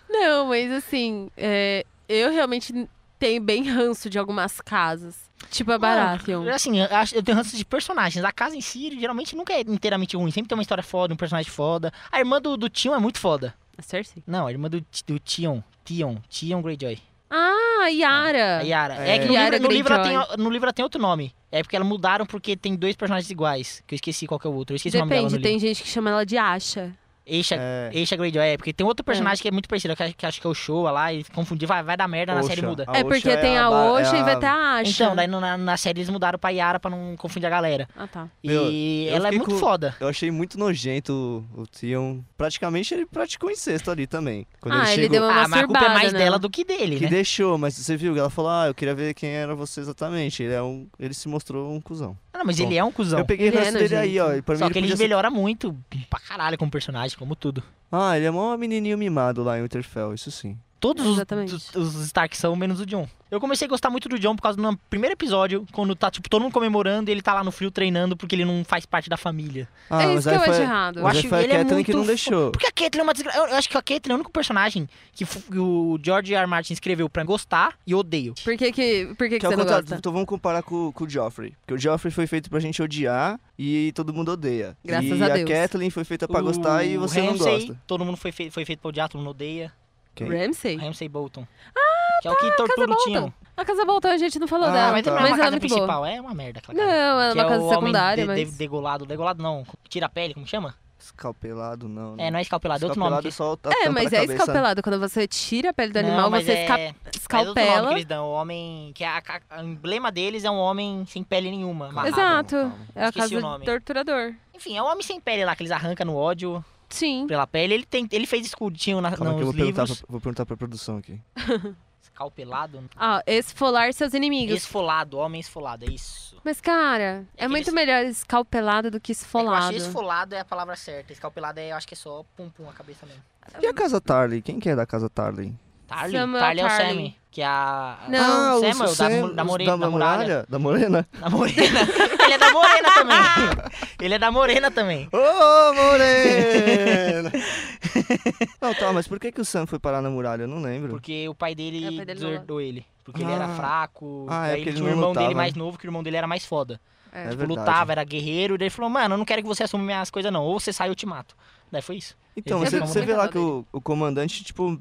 S1: Não, mas assim, é, eu realmente tenho bem ranço de algumas casas. Tipo a Baratheon.
S2: Mano, Assim, eu acho- eu tenho ranço de personagens. A casa em si, geralmente, nunca é inteiramente ruim. Sempre tem uma história foda, um personagem foda. A irmã do, do Tion é muito foda.
S1: A Cersei?
S2: Não, a irmã do, do Tion. Tion. Tion Greyjoy.
S1: Ah, a Yara.
S2: A Yara. É,
S3: É.
S2: que no,
S1: Yara
S2: livro, no, livro ela
S1: Greyjoy.
S2: tem, no livro ela tem outro nome. É porque elas mudaram porque tem dois personagens iguais. Que eu esqueci qual que é o outro. Eu esqueci o nome
S1: Depende,
S2: dela no
S1: tem gente que chama ela de Asha.
S2: livro. Eisha,
S3: É.
S2: Eisha Greyjoy. É, porque tem outro personagem que é muito parecido, que, acho- que acho que é o Showa lá. E confundir, vai, vai dar merda, na série
S3: Osha.
S2: muda.
S3: A
S1: é
S3: Osha
S1: porque
S3: é
S1: tem
S3: a
S1: a
S3: ba- é
S1: Osha e
S3: a-
S1: vai ter a Asha.
S2: Então, daí no- na, na série eles mudaram pra Yara pra não confundir a galera.
S1: Ah, tá.
S3: Meu,
S2: e
S3: eu
S2: ela é
S3: fiquei
S2: muito
S3: com-
S2: foda.
S3: Eu achei muito nojento o, o Theon. Praticamente ele praticou incesto ali também. Quando
S1: Ah, ele
S3: ele chegou.
S1: deu uma
S2: ah, mas a culpa é
S1: masturbada,
S2: mais
S1: né?
S2: dela do que dele,
S3: Que
S2: né?
S3: deixou, mas você viu que ela falou: Ah, eu queria ver quem era você exatamente. Ele, é um, ele se mostrou um cuzão.
S2: Ah, não, mas ele é um cuzão.
S3: Eu peguei o
S1: Ele é
S3: resto dele aí, ó.
S1: nojento.
S3: E pra
S2: Só
S3: mim
S2: que
S3: ele
S2: ele
S3: podia ser...
S2: melhora muito pra caralho como personagem, como tudo.
S3: Ah, ele é mó menininho mimado lá em Winterfell, isso sim.
S2: Todos os,
S1: Exatamente.
S2: os, os Stark são, menos o John. Eu comecei a gostar muito do John por causa do primeiro episódio, quando tá, tipo, todo mundo comemorando e ele tá lá no frio treinando porque ele não faz parte da família.
S3: Ah,
S1: é
S3: mas
S1: isso que
S3: aí
S1: eu
S3: foi...
S1: acho errado.
S3: Eu Mas acho aí foi a
S2: ele
S3: Catelyn que é não
S2: fo-
S3: deixou.
S2: Porque a Catelyn é uma desgraça. Eu, eu acho que a Catelyn é o único personagem que f- que o George R. R. Martin escreveu pra gostar e odeio.
S1: Por que que, por que que
S3: é o
S1: você não
S3: contrário,
S1: gosta?
S3: Então vamos comparar com, com o Joffrey. Porque o Joffrey foi feito pra gente odiar e todo mundo odeia.
S1: Graças
S3: e
S1: a Deus.
S3: a Kathleen foi feita É pra gostar e
S2: O
S3: você não
S2: Ramsay,
S3: gosta.
S2: Todo mundo foi, fe foi feito pra odiar, todo mundo odeia.
S3: Quem?
S1: Ramsey?
S2: Ramsay Bolton. Ah, que é o que tortura o
S1: Bolton.
S2: Tion.
S1: A tá, Casa Bolton a gente não falou
S3: Ah,
S1: dela,
S2: mas
S1: mas,
S3: tá.
S2: não é uma
S1: ela é
S2: casa
S1: muito
S2: principal,
S1: boa.
S2: é uma merda aquela
S1: Não,
S2: casa.
S1: ela é
S2: Que
S1: uma casa
S2: o homem
S1: secundária,
S2: de- de-
S1: mas...
S2: degolado, degolado não, tira a pele, como chama?
S3: Escalpelado, não. né?
S2: É, não é escalpelado, é outro nome.
S3: Escalpelado
S2: Que...
S3: só a
S1: É,
S3: tampa
S1: mas
S3: da
S1: é
S3: cabeça.
S1: escalpelado. Quando você tira a pele do
S2: Não,
S1: animal,
S2: mas
S1: você
S2: é-
S1: esca-
S2: mas É outro nome que
S1: escalpela.
S2: eles dão, o homem, que a, a- o emblema deles é um homem sem pele nenhuma, amarrado.
S1: Exato.
S3: Calma, calma.
S1: É a
S2: tá Esqueci o
S1: casa
S2: nome.
S1: do torturador.
S2: Enfim, é um homem sem pele lá, que eles arrancam no ódio
S1: Sim.
S2: pela pele. Ele, tem, ele fez escudinho na,
S3: Calma que eu
S2: nos
S3: vou perguntar,
S2: livros.
S3: pra, vou perguntar pra produção aqui.
S2: Escalpelado,
S1: Ah, esfolar seus inimigos.
S2: esfolado, homem esfolado, é isso.
S1: Mas, cara, é,
S2: que
S1: muito
S2: eles-
S1: melhor escalpelado do que
S2: É que eu
S1: esfolado.
S2: achei esfolado é a palavra certa. Escalpelado é, eu acho que é só pum-pum a cabeça mesmo.
S3: E a Casa Tarly? Quem que é da Casa Tarly?
S2: Tarly?
S1: Samuel
S2: Tarly é o
S1: Tarly.
S2: Sammy, que é a...
S1: Não.
S3: ah, o
S2: Samuel, é da
S3: Sam-
S2: mu- da
S3: o-
S2: more-
S3: da,
S2: da muralha.
S3: muralha? Da morena?
S2: Da Morena. Ele é da Morena também. Ele é da Morena também.
S3: Ô, morena! não, tá, mas por que, que o Sam foi parar na muralha? Eu não lembro.
S2: Porque o pai dele,
S1: É, o pai dele não-
S2: deserdou ele. Porque ele era
S3: Ah.
S2: fraco.
S3: Ah,
S2: daí
S3: é porque
S2: ele
S3: ele
S2: tinha um
S3: não
S2: irmão dele
S3: lutava,
S2: mais
S3: né?
S2: novo, que o irmão dele era mais foda.
S1: É.
S3: É
S2: Tipo,
S3: verdade.
S2: lutava, era guerreiro. E daí ele falou, mano, eu não quero que você assuma minhas coisas não. Ou você sai ou eu te mato. Daí foi isso.
S3: Então,
S2: Ele
S3: você,
S2: é
S3: você vê
S1: muito
S3: lá
S1: legal
S3: que o, o comandante, tipo,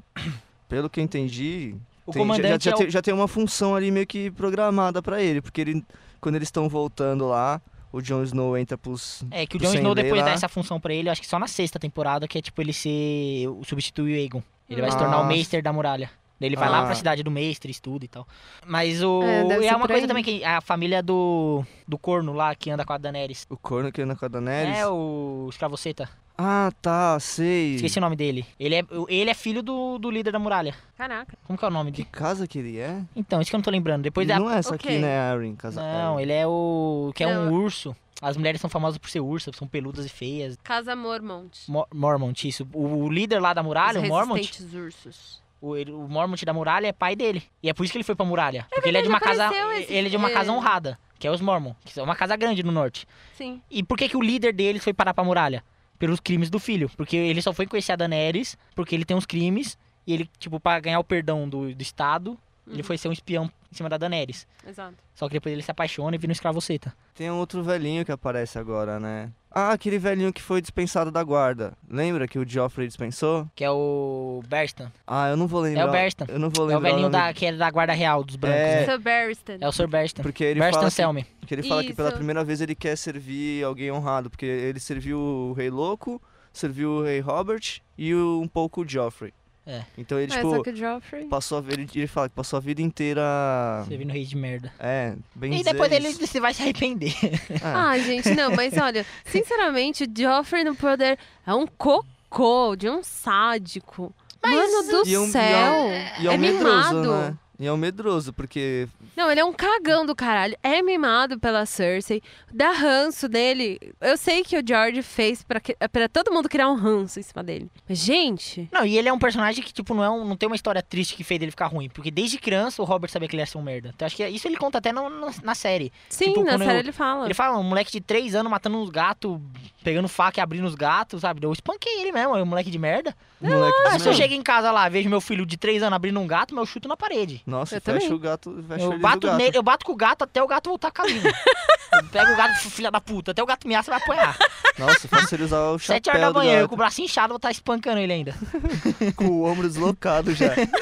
S3: pelo que eu entendi,
S2: O
S3: tem- já-
S2: comandante
S3: já,
S2: é o-
S3: tem, já tem uma função ali meio que programada pra ele. Porque ele, quando eles estão voltando lá, o Jon Snow entra pros.
S2: É que o
S3: pro
S2: Jon
S3: Sam
S2: Snow
S3: Lay
S2: depois dá
S3: lá.
S2: essa função pra ele, acho que só na sexta temporada, que é tipo ele ser. o- substituir o Aegon. Ele vai se
S3: Nossa.
S1: Ah.
S2: tornar o Meister da muralha. Daí ele vai lá
S3: Ah.
S2: pra cidade do Mestre, estuda e tal. Mas o.
S1: É, deve
S2: e
S1: ser
S2: é uma
S1: por
S2: coisa
S1: aí.
S2: também que a família do. do corno lá que anda com a Daenerys.
S3: O corno que anda com a Daenerys.
S2: É o Escravoceta.
S3: Ah, tá, sei.
S2: Esqueci o nome dele. Ele é, ele é filho do, do líder da muralha.
S1: Caraca.
S2: Como que é o nome
S3: Que
S2: dele?
S3: casa que ele é?
S2: Então, isso que eu não tô lembrando. Depois da.
S3: Não é essa
S1: ok.
S3: aqui, né, Arryn? Casa
S2: Não,
S3: Arryn.
S2: ele é o. que é um
S1: Não.
S2: urso. As mulheres são famosas por ser ursas, são peludas e feias.
S1: Casa Mormont.
S2: Mo- Mormont, isso. O, o líder lá da muralha,
S1: Os
S2: o
S3: um
S2: Mormont,
S1: resistentes ursos.
S2: o, ele- o Mormont da muralha é pai dele. E é por isso que ele foi pra muralha. Porque ele é de uma
S1: verdade,
S2: casa.
S1: apareceu esse-
S2: Ele é de uma
S1: é.
S2: casa honrada, que é os Mormon, que é uma casa grande no norte.
S1: Sim.
S2: E por que, que o líder deles foi parar pra muralha? Pelos crimes do filho. Porque ele só foi conhecer a Daenerys porque ele tem uns crimes. E ele, tipo, pra ganhar o perdão do, do Estado, ele
S1: Uhum.
S2: foi ser um espião em cima da Daenerys.
S1: Exato.
S2: Só que depois ele se apaixona e vira um escravoceta.
S3: Tem um outro velhinho que aparece agora, né? Ah, aquele velhinho que foi dispensado da guarda. Lembra que o Joffrey dispensou?
S2: Que é o Berstan.
S3: Ah, eu não vou lembrar. Berstan. Eu não vou
S2: É o
S3: lembrar.
S2: velhinho
S3: nome,
S2: da, que é da guarda real dos brancos,
S3: É.
S2: é... né?
S1: Sir Barristan.
S2: É o Sr. Berstan.
S3: Porque ele
S2: Berstan
S3: fala que,
S2: Selmy.
S3: que ele fala que pela
S1: Isso.
S3: primeira vez ele quer servir alguém honrado, porque ele serviu o Rei Louco, serviu o Rei Robert e o- um pouco o Joffrey.
S2: É.
S3: Então ele
S1: É,
S3: tipo
S1: só que o Joffrey...
S3: passou a ver, ele, ele fala que passou a vida inteira
S2: Você vira um rei de merda.
S3: é, bem
S2: E
S3: Tá. dizer
S2: depois ele
S3: isso.
S2: se vai se arrepender.
S3: Ah,
S1: Ah, gente, não, mas olha, sinceramente, o Joffrey no poder é um cocô de um sádico. Mano do
S3: E é um- e é um-
S1: céu.
S3: e é, um
S1: é
S3: medroso,
S1: mimado.
S3: né? E é um medroso, porque
S1: Não, ele é um cagão do caralho. É mimado pela Cersei. Dá ranço nele. Eu sei que o George fez pra, que- pra todo mundo criar um ranço em cima dele. Mas, gente.
S2: Não, e ele é um personagem que, tipo, não, é um- não tem uma história triste que fez ele ficar ruim. Porque desde criança o Robert sabia que ele ia ser um merda. Então acho que isso ele conta até no- no- na série.
S1: Sim,
S2: Tipo,
S1: na
S2: quando
S1: série
S2: eu-
S1: ele fala.
S2: Ele fala, um moleque de 3 anos matando uns gatos, pegando faca e abrindo os gatos, sabe? Eu espanquei ele mesmo, é um moleque de merda.
S3: moleque é um
S2: Ah,
S3: desmaiou.
S2: se eu chego em casa lá, vejo meu filho de 3 anos abrindo um gato, mas eu chuto na parede.
S3: Nossa,
S1: Eu
S3: fecha
S1: também.
S3: o gato, fecha
S2: Eu
S3: ele do
S2: bato,
S3: Tá gato.
S2: nele, eu bato com o gato até o gato voltar caminho. eu pego o gato, filha da puta, até o gato me aça vai apanhar.
S3: Nossa, faço ele usar o chapéu
S2: Sete horas da
S3: do
S2: manhã, eu
S3: gato,
S2: com o braço inchado, vou estar espancando ele ainda.
S3: com o ombro deslocado já.
S2: Tipo,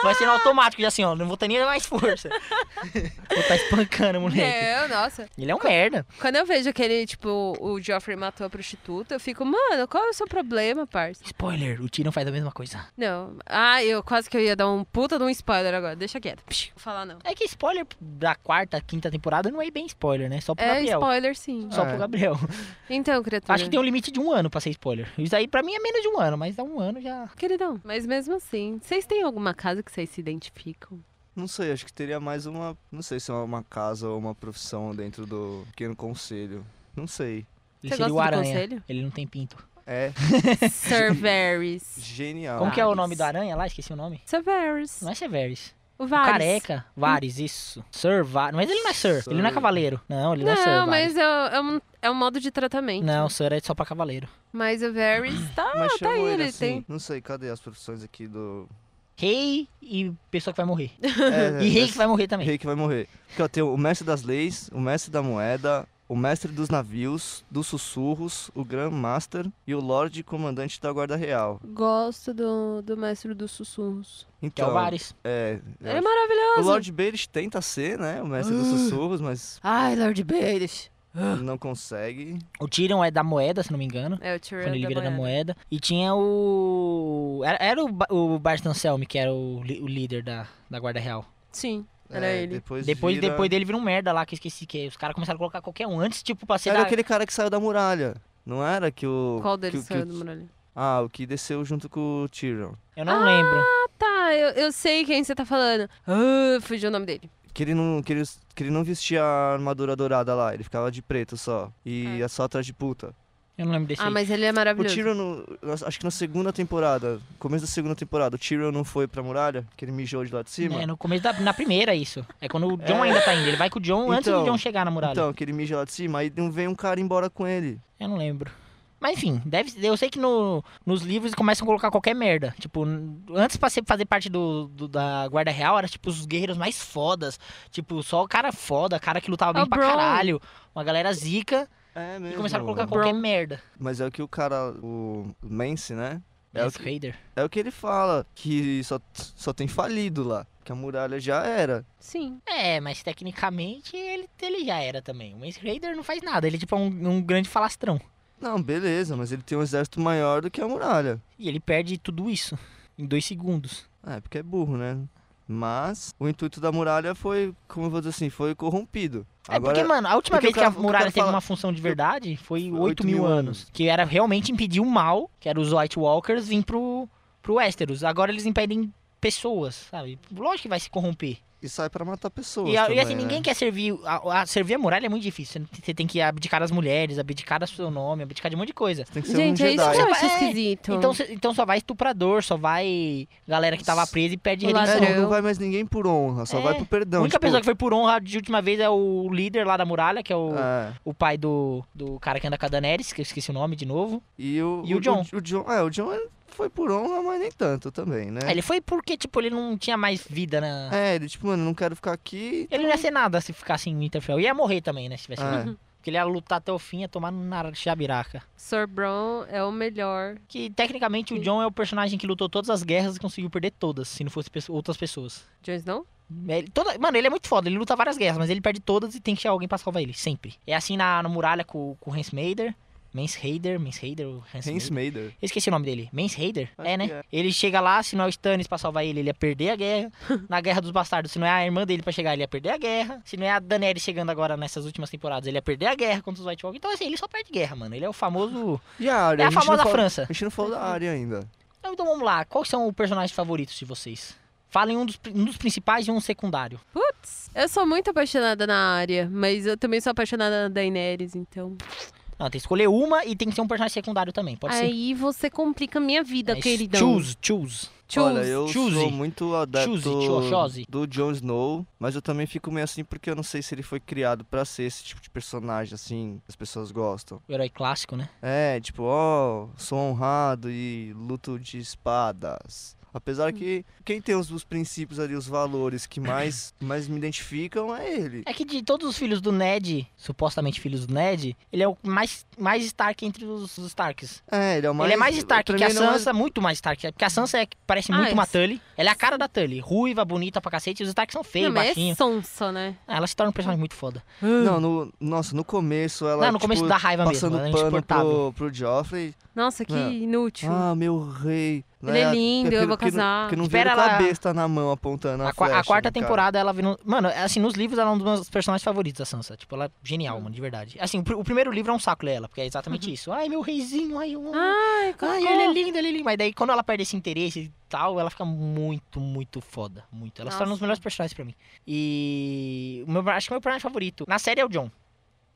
S2: Vai ser no automático, já assim, ó, não vou ter nem mais força. vou estar espancando, o um moleque.
S1: Não, nossa.
S2: Ele é um merda.
S1: Quando eu vejo aquele, tipo, o Joffrey matou a prostituta, eu fico, mano, qual é o seu problema, parça?
S2: Spoiler, o Tyrion faz a mesma coisa.
S1: Não. Ah, eu quase que eu ia dar um puta de um spoiler agora. Deixa quieto. Psh, vou falar não.
S2: É que spoiler da quarta, quinta temporada não é bem spoiler, né? Só pro
S1: É
S2: Gabriel.
S1: spoiler, sim.
S2: Só
S3: É.
S2: pro Gabriel.
S1: Então, criatura.
S2: Acho que tem um limite de um ano pra ser spoiler. Isso aí pra mim é menos de um ano, mas dá um ano já.
S1: Queridão, mas mesmo assim, vocês têm alguma casa que vocês se identificam?
S3: Não sei, acho que teria mais uma. Não sei se é uma casa ou uma profissão dentro do pequeno conselho. Não sei.
S1: Você
S2: Ele
S1: gosta
S2: seria
S1: do
S2: o Aranha.
S1: conselho?
S2: Ele não tem pinto.
S3: É
S1: Sir Varys.
S3: genial.
S2: Como que é o
S1: Varys.
S2: nome do Aranha lá? Esqueci o nome.
S1: Sir Varys.
S2: Não é Severus.
S1: O
S2: O
S1: Varys.
S2: Careca. Varys, isso. Sir Varys. Mas ele não é Sir. Ele não é
S3: Sir.
S2: cavaleiro. Não, ele não, é Sir
S1: Não,
S2: Varys.
S1: mas é, é um, é um modo de tratamento.
S2: Não, Sir é só pra cavaleiro.
S1: Mas o Varys tá.
S3: Mas
S2: Ah,
S1: tá
S3: chamam
S1: aí,
S3: ele
S1: ele
S3: assim.
S1: tem.
S3: Não sei, cadê as profissões aqui do.
S2: Rei e pessoa que vai morrer.
S3: É,
S2: E rei
S3: esse-
S2: que vai morrer também.
S3: rei que vai morrer. Porque ó, tem o mestre das leis, o mestre da moeda, o mestre dos navios, dos sussurros, o Grand Master e o Lorde Comandante da Guarda Real.
S1: Gosto do, do Mestre dos Sussurros.
S2: Que é
S3: Então,
S2: o Varys.
S3: É, eu
S1: Ele é
S3: acho-
S1: maravilhoso.
S3: O Lord Baelish tenta ser, né? O mestre
S2: Ah.
S3: dos sussurros, mas
S1: Ai, Lord Baelish.
S3: não consegue.
S2: O Tyrion é da moeda, se não me engano.
S1: É o Tyrion
S2: Quando ele
S1: da
S2: vira da
S1: moeda.
S2: moeda. E tinha o. Era, era o, Ba- o Barstan Selmy, que era o, li- o líder da, da Guarda Real.
S1: Sim, era
S3: É,
S1: ele.
S3: Depois,
S2: Depois,
S3: vira-
S2: depois dele vira um merda lá, que eu esqueci que é. os caras começaram a colocar qualquer um antes, tipo, pra ser
S3: Era
S2: da-
S3: aquele cara que saiu da muralha. Não era que o.
S1: Qual deles
S3: que, que
S1: saiu
S3: o-
S1: do muralha?
S3: Ah, o que desceu junto com o Tyrion.
S2: Eu não lembro.
S1: Tá, eu, eu sei quem você tá falando. Ah, fugiu o nome dele.
S3: Que ele não. Que ele, que ele não vestia a armadura dourada lá, ele ficava de preto só. E é. só atrás de puta.
S2: Eu não lembro desse
S1: Ah,
S2: aí.
S1: mas ele é
S3: O
S1: Ah. maravilhoso.
S3: Tyrion, no- na- acho que na segunda temporada, começo da segunda temporada, o Tyrion não foi pra muralha, que ele mijou de lá de cima.
S2: É, no começo da na primeira, isso. É quando o John ainda tá indo. Ele vai com o John antes do
S3: Então,
S2: John chegar na muralha.
S3: Então, que ele mija lá de cima, aí não vem um cara embora com ele.
S2: Eu não lembro. Mas enfim, deve, eu sei que no, nos livros eles começam a colocar qualquer merda. Tipo, n- antes pra ser, fazer parte do, do- da Guarda Real, era tipo os guerreiros mais fodas. Tipo, só o cara foda, cara que lutava
S1: É
S2: bem
S1: o
S2: pra
S1: Bron.
S2: caralho. Uma galera zica.
S3: É mesmo.
S2: E começaram a colocar
S1: Bron.
S2: qualquer merda.
S3: Mas é o que o cara, o Mance, né? É o
S2: Death
S3: que-
S2: Raider.
S3: É o que ele fala, que só, só tem falido lá. Que a muralha já era.
S1: Sim.
S2: É, mas tecnicamente ele ele já era também. O Mace Raider não faz nada, ele tipo, é um, um grande falastrão.
S3: Não, beleza, mas ele tem um exército maior do que a muralha.
S2: E ele perde tudo isso em dois segundos.
S3: É, porque é burro, né? Mas o intuito da muralha foi, como eu vou dizer assim, foi corrompido.
S2: É porque, mano, a última vez
S3: porque o
S2: que
S3: cara-
S2: a
S3: o que o
S2: muralha
S3: cara
S2: teve
S3: fala-
S2: uma função de verdade foi
S3: Foi
S2: 8 mil anos. Que era realmente impedir o mal, que era os White Walkers, vir pro, pro Westeros. Agora eles impedem pessoas, sabe? Lógico que vai se corromper.
S3: E sai pra matar pessoas.
S2: E, a-
S3: também,
S2: e assim,
S3: né?
S2: ninguém quer servir. A, a- servir a muralha é muito difícil. Você tem- Você tem que abdicar das mulheres, abdicar do seu nome, abdicar de um monte de coisa.
S3: Tem que ser
S1: Gente,
S3: um
S1: é isso que
S3: Jedi.
S1: eu acho
S2: Jedi. É,
S1: esquisito.
S2: Então, cê- então só vai estuprador, só vai galera que tava presa e pede
S1: O
S2: redenção.
S1: ladrão.
S3: É, não, não vai mais ninguém por honra, só
S2: É.
S3: vai por perdão.
S2: a única
S3: tipo,
S2: pessoa que foi por honra de última vez é o líder lá da muralha, que é o,
S3: É,
S2: o pai do, do cara que anda com a Daenerys, que eu esqueci o nome de novo.
S3: e o,
S2: E o John?
S3: O, John, é, o John ele foi por honra, mas nem tanto também, né?
S2: Aí Ele foi porque, tipo, ele não tinha mais vida, né?
S3: É, ele tipo, mano, não quero ficar aqui.
S2: Ele não ia ser nada se ficasse em Winterfell. Ia morrer também, né? Se tivesse lá.
S3: É.
S2: Porque ele ia lutar até o fim, ia tomar na chabiraca.
S1: Sor Bron é o melhor.
S2: Que, tecnicamente, o
S1: Sim.
S2: John é o personagem que lutou todas as guerras e conseguiu perder todas, se não fosse pesso- outras pessoas.
S1: Jon Snow?
S2: Ele- toda- mano, ele é muito foda, ele luta várias guerras, mas ele perde todas e tem que achar alguém pra salvar ele, sempre. É assim na, na muralha com, com o Hans Mader, Mans Raider, Mans Raider, ou Hans
S3: Hans
S2: Mader.
S3: Mader.
S2: Eu esqueci o nome dele. Mans Raider?
S3: Acho
S2: É, né?
S3: que é.
S2: Ele chega lá, se não é o Stannis pra salvar ele, ele ia perder a guerra. Na Guerra dos Bastardos, se não é a irmã dele pra chegar, ele ia perder a guerra. Se não é a Daenerys chegando agora nessas últimas temporadas, ele ia perder a guerra contra os White Walkers. Então, assim, ele só perde guerra, mano. Ele é o famoso...
S3: E a área?
S2: É a
S3: gente não
S2: famosa
S3: fala-
S2: França.
S3: A gente não falou da área ainda.
S2: Então, vamos lá. Quais são os personagens favoritos de vocês? Falem um dos, pri- um dos principais e um secundário.
S1: Putz, eu sou muito apaixonada na área, mas eu também sou apaixonada na Daenerys, então.
S2: Não, tem que escolher uma e tem que ser um personagem secundário também, pode ser.
S1: Aí você complica a minha vida,
S2: Mas
S1: queridão.
S2: Choose, choose.
S1: Choose.
S3: Olha, eu
S2: choose.
S3: sou muito adepto
S2: Choose, cho- chose.
S3: do Jon Snow, mas eu também fico meio assim porque eu não sei se ele foi criado pra ser esse tipo de personagem assim, que as pessoas gostam.
S2: O herói clássico, né?
S3: É, tipo, ó, sou honrado e luto de espadas.
S2: Hum.
S3: Apesar que quem tem os, os princípios ali, os valores que mais, mais me identificam é ele.
S2: É que de todos os filhos do Ned, supostamente filhos do Ned, ele é o mais, mais Stark entre os, os Starks.
S3: É, ele é o mais.
S2: ele é mais Stark
S3: pra
S2: que a
S3: mim, ele é o mais-
S2: Sansa, muito mais Stark. Porque a Sansa é, que parece
S1: Ah,
S2: muito uma
S1: esse-
S2: Tully. Ela é a cara da Tully. Ruiva, bonita pra cacete. Os Starks são feios,
S1: Não, mas é
S2: baixinhos.
S1: sonsa, né?
S2: Ah, Ela se torna um personagem muito foda.
S3: Não, no, nossa, no começo ela.
S2: Não, no começo
S3: tipo,
S2: dá raiva mesmo.
S3: Passando
S2: Ela é
S3: pano
S2: insuportável.
S3: pro, pro Joffrey.
S1: Nossa, que
S3: Não.
S1: inútil.
S3: Ah, meu rei.
S1: Ele é lindo, eu vou
S3: que não-
S1: casar.
S3: Que não
S2: Espera
S3: vira com
S2: ela-
S3: a besta na mão apontando a,
S2: A, qua- a
S3: flecha,
S2: quarta
S3: né, cara?
S2: temporada, ela virou. Mano, assim, nos livros ela é um dos meus personagens favoritos, a Sansa. Tipo, ela é genial, mano, de verdade. Assim, o, pr- o primeiro livro é um saco ler ela, porque é exatamente isso. Ai, meu reizinho, ai, eu amo
S1: Ai, cocô.
S2: Ai, ele é lindo, ele é lindo. Mas daí, quando ela perde esse interesse e tal, ela fica muito, muito foda. Muito. Ela se torna um dos
S1: Nossa.
S2: melhores personagens pra mim. E. o meu- acho que o meu personagem favorito. Na série é o John.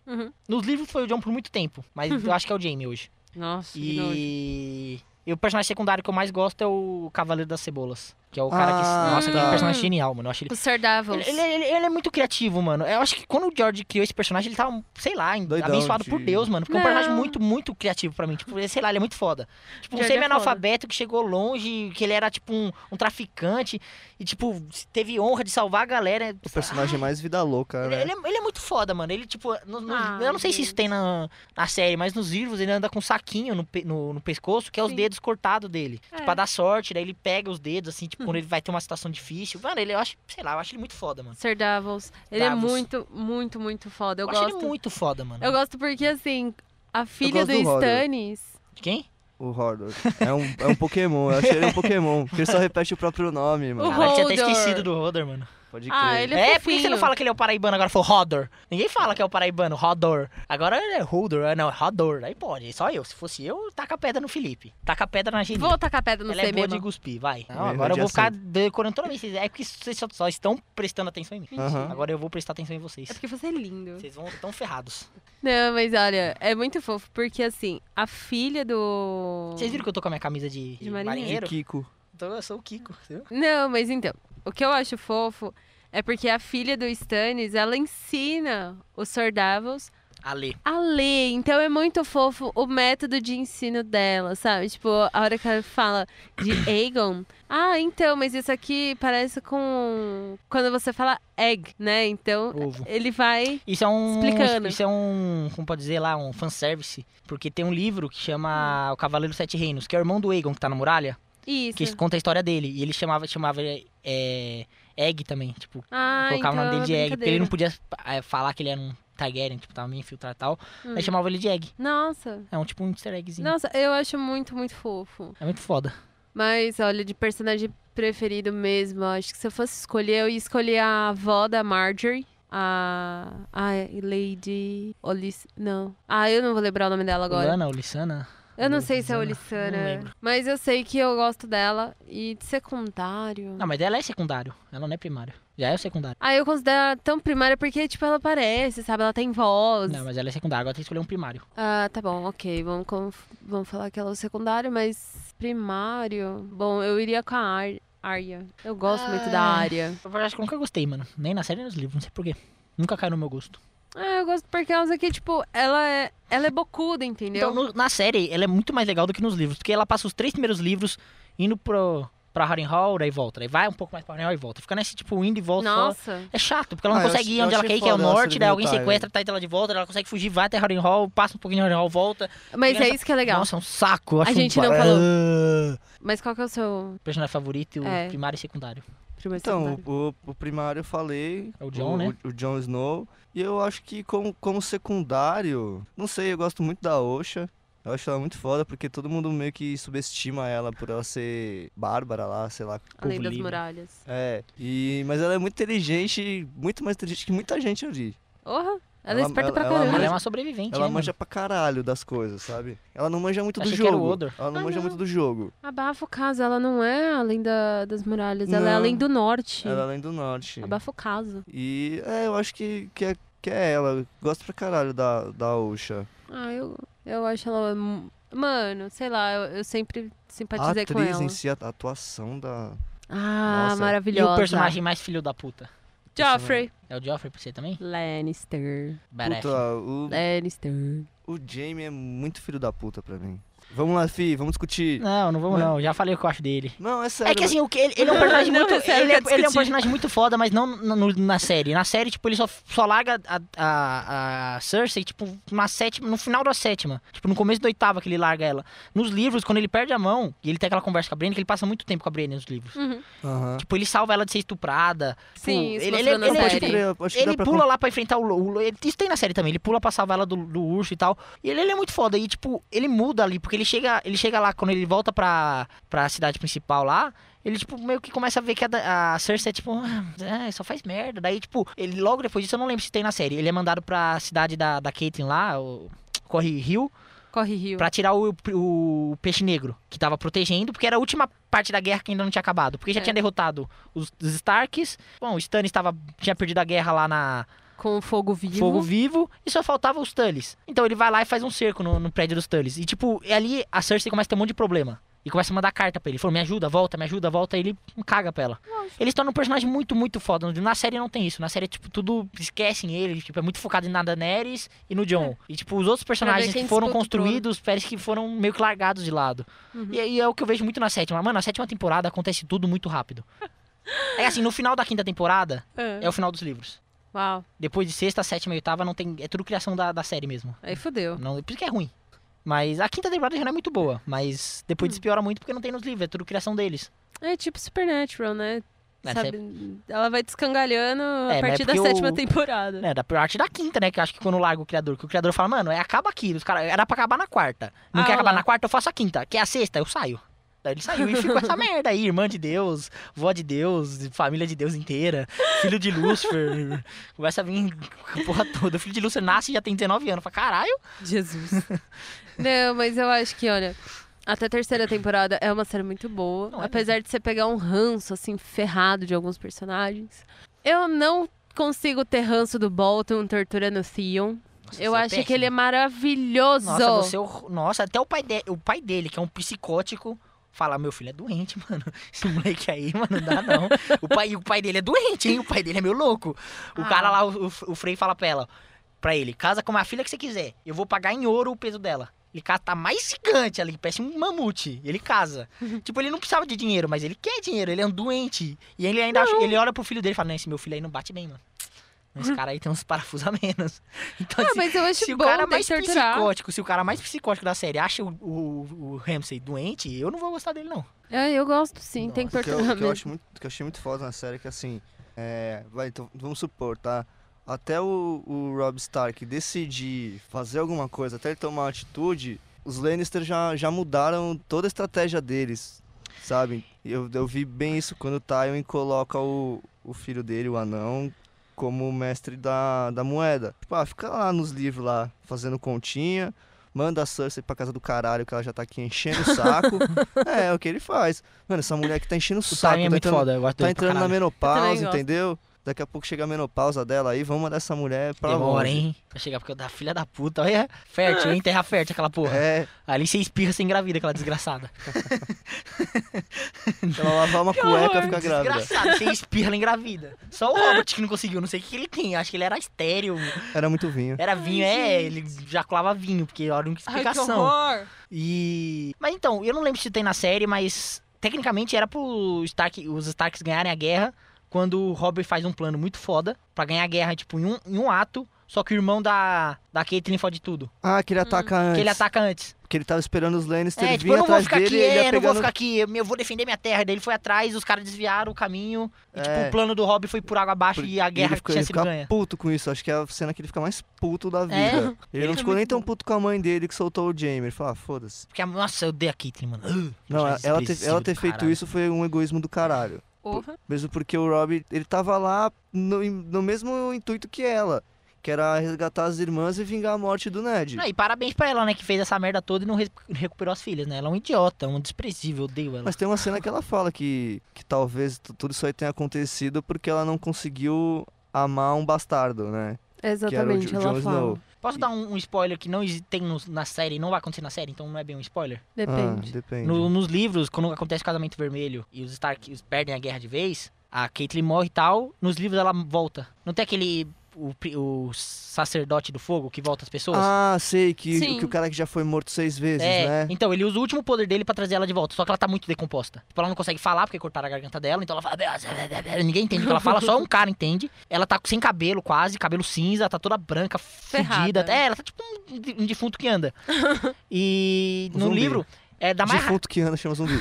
S1: Uhum.
S2: Nos livros foi o John por muito tempo. Mas eu acho que é o Jamie hoje.
S1: Nossa, que nojo.
S2: E. E o personagem secundário que eu mais gosto é o Cavaleiro das Cebolas. Que é o cara que.
S3: Ah,
S2: Nossa, ele é
S1: tá.
S2: um personagem genial, mano. Eu acho ele.
S1: O Sir Davos.
S2: Ele, ele- ele- ele é muito criativo, mano. Eu acho que quando o George criou esse personagem, ele tava, sei lá, em-
S3: Doidão
S2: abençoado por
S3: de-
S2: Deus, mano. Porque é um
S1: Não.
S2: personagem muito, muito criativo pra mim. Tipo, ele- sei lá, ele é muito foda. Tipo, um
S1: George é
S2: semi-analfabeto que chegou longe, que ele era, tipo, um, um traficante. E, tipo, teve honra de salvar a galera.
S3: O personagem mais vida louca,
S2: Ele,
S3: né?
S2: ele é, ele é muito foda, mano. Ele, tipo, no- no-
S1: Ah,
S2: eu não sei se isso tem na, na série, mas nos livros ele anda com um saquinho no, pe- no, no pescoço, que é os
S1: Sim.
S2: dedos cortados dele.
S1: É. Uhum.
S2: Tipo, pra dar sorte, daí ele pega os dedos, assim, tipo, quando ele vai ter uma situação difícil. Mano, ele, eu acho, sei lá, eu acho ele muito foda, mano.
S1: Sir Davos. Ele
S2: Davos.
S1: é muito, muito, muito foda. Eu,
S2: Eu, acho
S1: gosto.
S2: ele muito foda, mano.
S1: Eu gosto porque, assim, a filha
S3: gosto
S1: do,
S3: do Hodor.
S1: Stannis.
S2: De quem?
S3: O Hordor. É um, é um Pokémon, eu achei ele um Pokémon. Porque ele só repete o próprio nome, mano.
S1: O
S2: Caralho, tinha até
S1: Hodor.
S2: esquecido do Hodor, mano.
S3: Pode crer.
S1: Ah, ele é,
S2: é, por
S1: fofinho.
S2: que você não fala que ele é o paraibano agora? Foi Hodor. Ninguém fala que é o paraibano, Hodor. Agora ele é Hodor, ah, não, é Hodor. Aí pode, só eu. Se fosse eu, taca a pedra no Felipe. Taca a pedra na Geni.
S1: Vou tacar pedra no
S2: Ela é
S1: C
S2: boa
S1: mesmo.
S2: de cuspir, vai. Não,
S3: Meio
S2: agora eu vou ficar
S3: radiação.
S2: decorando toda vez. É porque vocês só, só estão prestando atenção em mim.
S3: Aham.
S2: Agora eu vou prestar atenção em vocês.
S1: É porque você é lindo.
S2: Vocês vão tão ferrados.
S1: Não, mas olha, é muito fofo, porque assim, a filha do.
S2: Vocês viram que eu tô com a minha camisa de, de
S1: Hum. marinheiro.
S2: marinheiro?
S3: Kiko.
S2: Então eu sou o Kiko, viu?
S1: Não, mas então, o que eu acho fofo é porque a filha do Stannis, ela ensina o Sir Davos
S2: Ale.
S1: a ler. Então é muito fofo o método de ensino dela, sabe? Tipo, a hora que ela fala de Aegon. Ah, então, mas isso aqui parece com. Quando você fala egg, né? Então,
S2: Ovo.
S1: ele vai.
S2: Isso é um.
S1: Explicando.
S2: Isso é um. Como pode dizer lá? Um fanservice. Porque tem um livro que
S1: Hum.
S2: chama O Cavaleiro dos Sete Reinos, que é o irmão do Aegon que tá na muralha,
S1: Isso.
S2: que conta a história dele. E ele chamava, chamava é, Egg também, tipo,
S1: Ah,
S2: colocava
S1: então
S2: o nome dele
S1: é
S2: de
S1: uma
S2: Egg, porque ele não
S1: brincadeira.
S2: podia eh, falar que ele era um Targaryen, tipo, tava meio infiltrado e tal.
S1: Hum.
S2: Aí chamava ele de Egg.
S1: Nossa.
S2: É um tipo um easter eggzinho.
S1: Nossa, eu acho muito, muito fofo.
S2: É muito foda.
S1: Mas, olha, de personagem preferido mesmo, eu acho que se eu fosse escolher, eu ia escolher a avó da Marjorie. A. A Lady. Olis. Não. Ah, eu não vou lembrar o nome dela agora.
S2: Lana ou Lissana?
S1: Eu não sei se é
S2: Olissana, não
S1: Olissana.
S2: lembro.
S1: Mas eu sei que eu gosto dela. E de secundário.
S2: Não, mas ela é secundário. Ela não é primário. Já é o secundário.
S1: Ah, eu considero ela tão primária porque, tipo, ela aparece, sabe? Ela tem voz.
S2: Não, mas ela é secundária. Agora tem que escolher um primário.
S1: Ah, tá bom, ok. Vamos, conf- vamos falar que ela é o secundário, mas primário. Bom, eu iria com a Ar Arya. Eu gosto muito da
S2: Ah.
S1: Arya.
S2: Eu acho que eu nunca gostei, mano. Nem na série, nem nos livros. Não sei porquê. Nunca caiu no meu gosto.
S1: Ah, eu gosto por causa que, tipo, ela é, ela é bocuda, entendeu?
S2: Então, no- na série, ela é muito mais legal do que nos livros. Porque ela passa os três primeiros livros indo pro, pra Harrenhal, daí volta. Daí vai um pouco mais pra Harrenhal e volta. Fica nesse, tipo, indo e volta. só.
S1: Nossa.
S2: É chato, porque ela não
S3: Ah, eu
S2: consegue ir
S3: achei-
S2: onde
S3: eu
S2: ela quer
S3: achei
S2: ir, que é o
S3: foda ela
S2: norte,
S3: ser
S2: daí alguém
S3: militar,
S2: sequestra, traz ela de volta, ela consegue fugir, vai até Harrenhal, passa um pouquinho em Harrenhal, volta.
S1: Mas é
S2: Criança-
S1: isso que é legal.
S2: Nossa, é um saco. eu
S1: A
S2: acho um
S1: gente não
S2: ba-
S1: falou.
S2: Ah.
S1: Mas qual que é o seu
S2: Personagem favorito,
S1: É.
S2: primário e secundário.
S1: primeiro
S3: Então,
S1: secundário?
S3: o, o primário eu falei.
S2: É o Jon, né?
S3: O, John Snow. E eu acho que como, como secundário, não sei, eu gosto muito da Osha. Eu acho ela muito foda, porque todo mundo meio que subestima ela por ela ser bárbara lá, sei lá.
S1: Além das
S2: livre.
S1: muralhas.
S3: É. E, mas ela é muito inteligente, muito mais inteligente que muita gente eu vi.
S1: Porra, ela, é
S3: Ela-
S1: esperta
S3: ela-
S1: pra
S3: ela
S1: caramba.
S2: Ela é uma sobrevivente,
S3: Ela
S2: né,
S3: manja pra caralho das coisas, sabe? Ela não manja muito do
S2: Achei que era o
S3: jogo.
S2: Hodor.
S3: Ela não
S1: Ah,
S3: manja
S1: não.
S3: muito do jogo.
S1: Abafa o caso, ela não é além da- das muralhas, ela é
S3: Não.
S1: além do norte.
S3: Ela é além do norte.
S1: Abafa o caso.
S3: E é, eu acho que, que, é, que é ela. Eu Gosto pra caralho da, da Osha.
S1: Ah, eu, eu acho ela. mu- Mano, sei lá, eu, eu sempre
S3: A
S1: simpatizei com
S3: atriz
S1: ela.
S3: em si, a a atuação da.
S1: Ah,
S3: Nossa.
S2: E
S1: maravilhosa.
S2: o personagem mais filho da puta?
S1: Joffrey
S2: É o Joffrey pra você também?
S1: Lannister.
S2: Badass.
S3: Puta, o,
S1: Lannister.
S3: o Jamie é muito filho da puta pra mim. Vamos lá, Fi, vamos discutir.
S2: Não, não vamos não. Já falei o que eu acho dele.
S3: Não, é sério.
S2: É que assim, o que- ele, ele é um personagem
S1: Não,
S2: muito.
S1: é sério,
S2: ele, é,
S1: quer
S2: ele é um
S1: discutir.
S2: personagem muito foda, mas não no- no- na série. Na série, tipo, ele só, só larga a, a, a Cersei, tipo, na sétima, no final da sétima. Tipo, no começo da oitava que ele larga ela. Nos livros, quando ele perde a mão, e ele tem aquela conversa com a Brienne, que ele passa muito tempo com a Brienne nos livros.
S1: Uhum.
S3: Aham.
S2: Tipo, ele salva ela de ser estuprada.
S1: Sim,
S2: Tipo,
S1: isso
S2: ele-
S1: mostrou
S2: ele-
S1: na
S2: ele é,
S3: Pode
S1: série.
S3: crer, acho que dá
S2: Ele
S3: pra
S2: pula lá pra enfrentar o. lo- o lo- ele- isso tem na série também. Ele pula pra salvar ela do, do urso e tal. E ele, ele é muito foda. E, tipo, ele muda ali. Porque ele chega, ele chega lá, quando ele volta pra, pra cidade principal lá. Ele, tipo, meio que começa a ver que a, da- a Cersei é, tipo, ah, ah, só faz merda. Daí, tipo, ele logo depois disso, eu não lembro se tem na série. Ele é mandado pra cidade da, da Caitlyn lá, o Corre Rio,
S1: Corre Rio.
S2: pra tirar o, o peixe negro, que tava protegendo, porque era a última parte da guerra que ainda não tinha acabado. Porque já
S1: É.
S2: tinha derrotado os, os Starks. Bom, o Stannis tava, tinha perdido a guerra lá na,
S1: Com o fogo vivo.
S2: Fogo vivo e só faltava os Tullis. Então ele vai lá e faz um cerco no, no prédio dos Tullis. E tipo, e ali a Cersei começa a ter um monte de problema. E começa a mandar carta pra ele. Falou, me ajuda, volta, me ajuda, volta. E ele caga pra ela. Ele se torna um personagem muito, muito foda. Na série não tem isso. Na série, tipo, tudo esquecem ele. Tipo, é muito focado em nada Daenerys e no Jon. E tipo, os outros personagens
S1: É. quem
S2: que foram
S1: disputa o trono. Uhum.
S2: construídos, parece que foram meio que largados de lado. E aí é o que eu vejo muito na sétima. Mano, na sétima temporada acontece tudo muito rápido. É assim, no final da quinta temporada,
S1: É.
S2: é o final dos livros.
S1: Uau,
S2: Depois de sexta, sétima e oitava, não tem. É tudo criação da, da série mesmo.
S1: aí fodeu.
S2: Não, por isso que é ruim. Mas a quinta temporada já não é muito boa. Mas
S1: Hum.
S2: depois despiora muito porque não tem nos livros, é tudo criação deles.
S1: É tipo Supernatural, né?
S2: É,
S1: Sabe? Ela vai descangalhando
S2: É,
S1: a
S2: mas
S1: partir
S2: é
S1: da
S2: porque o-
S1: sétima temporada.
S2: É, da parte da quinta, né? Que eu acho que quando larga o criador, que o criador fala, mano, é, acaba aqui. Os caras, era pra acabar na quarta. Não
S1: Ah,
S2: quer acabar
S1: lá.
S2: na quarta, eu faço a quinta. Quer a sexta, eu saio. Daí ele saiu e ficou essa merda aí, irmã de Deus, vó de Deus, família de Deus inteira, filho de Lúcifer. Começa a vir a porra toda. O filho de Lúcifer nasce e já tem 19 anos. Fala, caralho.
S1: Jesus. Não, mas eu acho que, olha, até a terceira temporada é uma série muito boa.
S2: Não, é
S1: apesar de você pegar um ranço, assim, ferrado de alguns personagens. Eu não consigo ter ranço do Bolton torturando o Theon.
S2: Nossa,
S1: eu
S2: isso é
S1: acho que ele
S2: péssimo.
S1: é maravilhoso.
S2: Nossa, você, é hor- nossa, até o pai, de, o pai dele, que é um psicótico, fala: Meu filho é doente, mano. Esse moleque aí, mano, não dá não. o, pai, o pai dele é doente, hein? O pai dele é meio louco. O
S1: Ah.
S2: cara lá, o, o Frei, fala pra ela: Pra ele, casa com a filha que você quiser. Eu vou pagar em ouro o peso dela. Ele ca- tá mais gigante ali, parece um mamute. Ele casa. tipo, ele não precisava de dinheiro, mas ele quer dinheiro, ele é um doente. E ele ainda acha- ele olha pro filho dele e fala: Não, esse meu filho aí não bate bem, mano. Esse cara aí tem uns parafusos a menos. Então,
S1: Ah,
S2: se,
S1: mas eu acho
S2: se o
S1: bom
S2: cara
S1: ter que
S2: mais
S1: torturar.
S2: psicótico, se o cara mais psicótico da série acha o, o, o Ramsey doente, eu não vou gostar dele, não.
S1: É, eu gosto sim, tem que
S3: Nossa,
S1: torturar
S3: que eu, que eu
S1: mesmo.
S3: acho muito, que eu achei muito foda na série, que assim, é, vai, então, vamos supor, tá? Até o, o Rob Stark decidir fazer alguma coisa, até ele tomar uma atitude, os Lannister já, já mudaram toda a estratégia deles, sabe? E Eu, eu vi bem isso quando o Tywin coloca o, o filho dele, o anão, como mestre da, da moeda. Tipo, ah, fica lá nos livros lá, fazendo continha, manda a Cersei pra casa do caralho, que ela já tá aqui enchendo o saco. é, é o que ele faz. Mano, essa mulher que tá enchendo
S2: O
S3: o, saco,
S2: Simon é
S3: tá
S2: muito
S3: entrando,
S2: foda, eu gosto
S3: tá
S2: dele pra
S3: entrando na
S2: caralho.
S1: Eu
S3: menopausa,
S1: também gosto.
S3: entendeu? Daqui a pouco chega a menopausa dela aí, vamos mandar essa mulher pra
S2: Demora,
S3: longe.
S2: hein? Pra chegar, porque eu da filha da puta, olha. Fértil, hein? Terra fértil aquela porra.
S3: É,
S2: Ali você espirra sem engravida, aquela desgraçada.
S3: se ela lavar uma cueca, fica grávida.
S2: Desgraçada, você espirra, ela engravida. Só o Robert que não conseguiu, não sei o que que ele tem. Acho que ele era estéreo.
S3: Era muito vinho.
S2: Era vinho, é, ele já colava vinho, porque era a única
S1: Ai, que
S2: explicação.
S1: horror!
S2: E. Mas então, eu não lembro se tem na série, mas tecnicamente era pro Stark, os Starks ganharem a guerra quando o Robert faz um plano muito foda pra ganhar a guerra, tipo, em um, em um ato, só que o irmão da, da Caitlyn fode tudo.
S3: Ah,
S1: Hum.
S3: que ele ataca antes.
S2: Que ele ataca antes.
S3: Porque ele tava esperando os Lannister
S2: é,
S3: vir
S2: tipo, eu não vou
S3: atrás
S2: ficar
S3: dele
S2: aqui,
S3: e ele
S2: é,
S3: ia
S2: não vou
S3: pegando
S2: ficar aqui, eu, eu vou defender minha terra. Daí ele foi atrás, os caras desviaram o caminho. E, tipo,
S3: É.
S2: o plano do Robert foi por água abaixo
S3: Por-
S2: e a
S3: E ele
S2: guerra
S3: ficou,
S2: tinha
S3: ele
S2: sido
S3: fica
S2: ganha.
S3: puto com isso. Acho que é a cena que ele fica mais puto da vida.
S2: É. Ele
S3: Ele, não
S2: tá
S3: ficou nem
S2: muito
S3: tão
S2: puto.
S3: puto com a mãe dele que soltou o Jamie. Ele falou, ah, foda-se.
S2: Porque, nossa, eu odeio a Caitlyn, mano. Ah,
S3: Não,
S2: acho
S3: ela- ela ter,
S2: desprezível
S3: ela
S2: do
S3: ter feito
S2: caralho.
S3: isso foi um egoísmo do caralho.
S1: Porra.
S3: Mesmo porque o Rob, ele tava lá no, no mesmo intuito que ela. Que era resgatar as irmãs e vingar a morte do Ned.
S2: Ah, e parabéns pra ela, né? Que fez essa merda toda e não res- recuperou as filhas, né? Ela é um idiota, um desprezível, eu odeio ela.
S3: Mas tem uma cena que ela fala que, que talvez t- tudo isso aí tenha acontecido porque ela não conseguiu amar um bastardo, né?
S1: É Exatamente,
S3: que era o Jo-
S1: ela
S3: Jon
S1: fala.
S3: Snow.
S2: Posso dar um, um spoiler que não exi- tem nos- na série e não vai acontecer na série, então não é bem um spoiler?
S3: Ah,
S1: Depende.
S3: depende.
S2: No- nos livros, quando acontece o casamento vermelho e os Stark os perdem a guerra de vez, a Caitlyn morre e tal, nos livros ela volta. Não tem aquele. O, pri- o sacerdote do fogo que volta as pessoas?
S3: Ah, sei, que,
S1: Sim.
S3: que o cara que já foi morto seis vezes,
S2: É,
S3: né?
S2: então ele usa o último poder dele pra trazer ela de volta, só que ela tá muito decomposta. Tipo, ela não consegue falar porque cortaram a garganta dela, então ela fala. Ninguém entende o que ela fala, só um cara entende. Ela tá sem cabelo quase, cabelo cinza, tá toda branca,
S1: Ferrada.
S2: fedida. É, ela tá tipo um, um defunto que anda. E
S3: Um
S2: no
S3: zumbi.
S2: livro. É, dá mais. ra-
S3: Defunto que anda chama zumbi.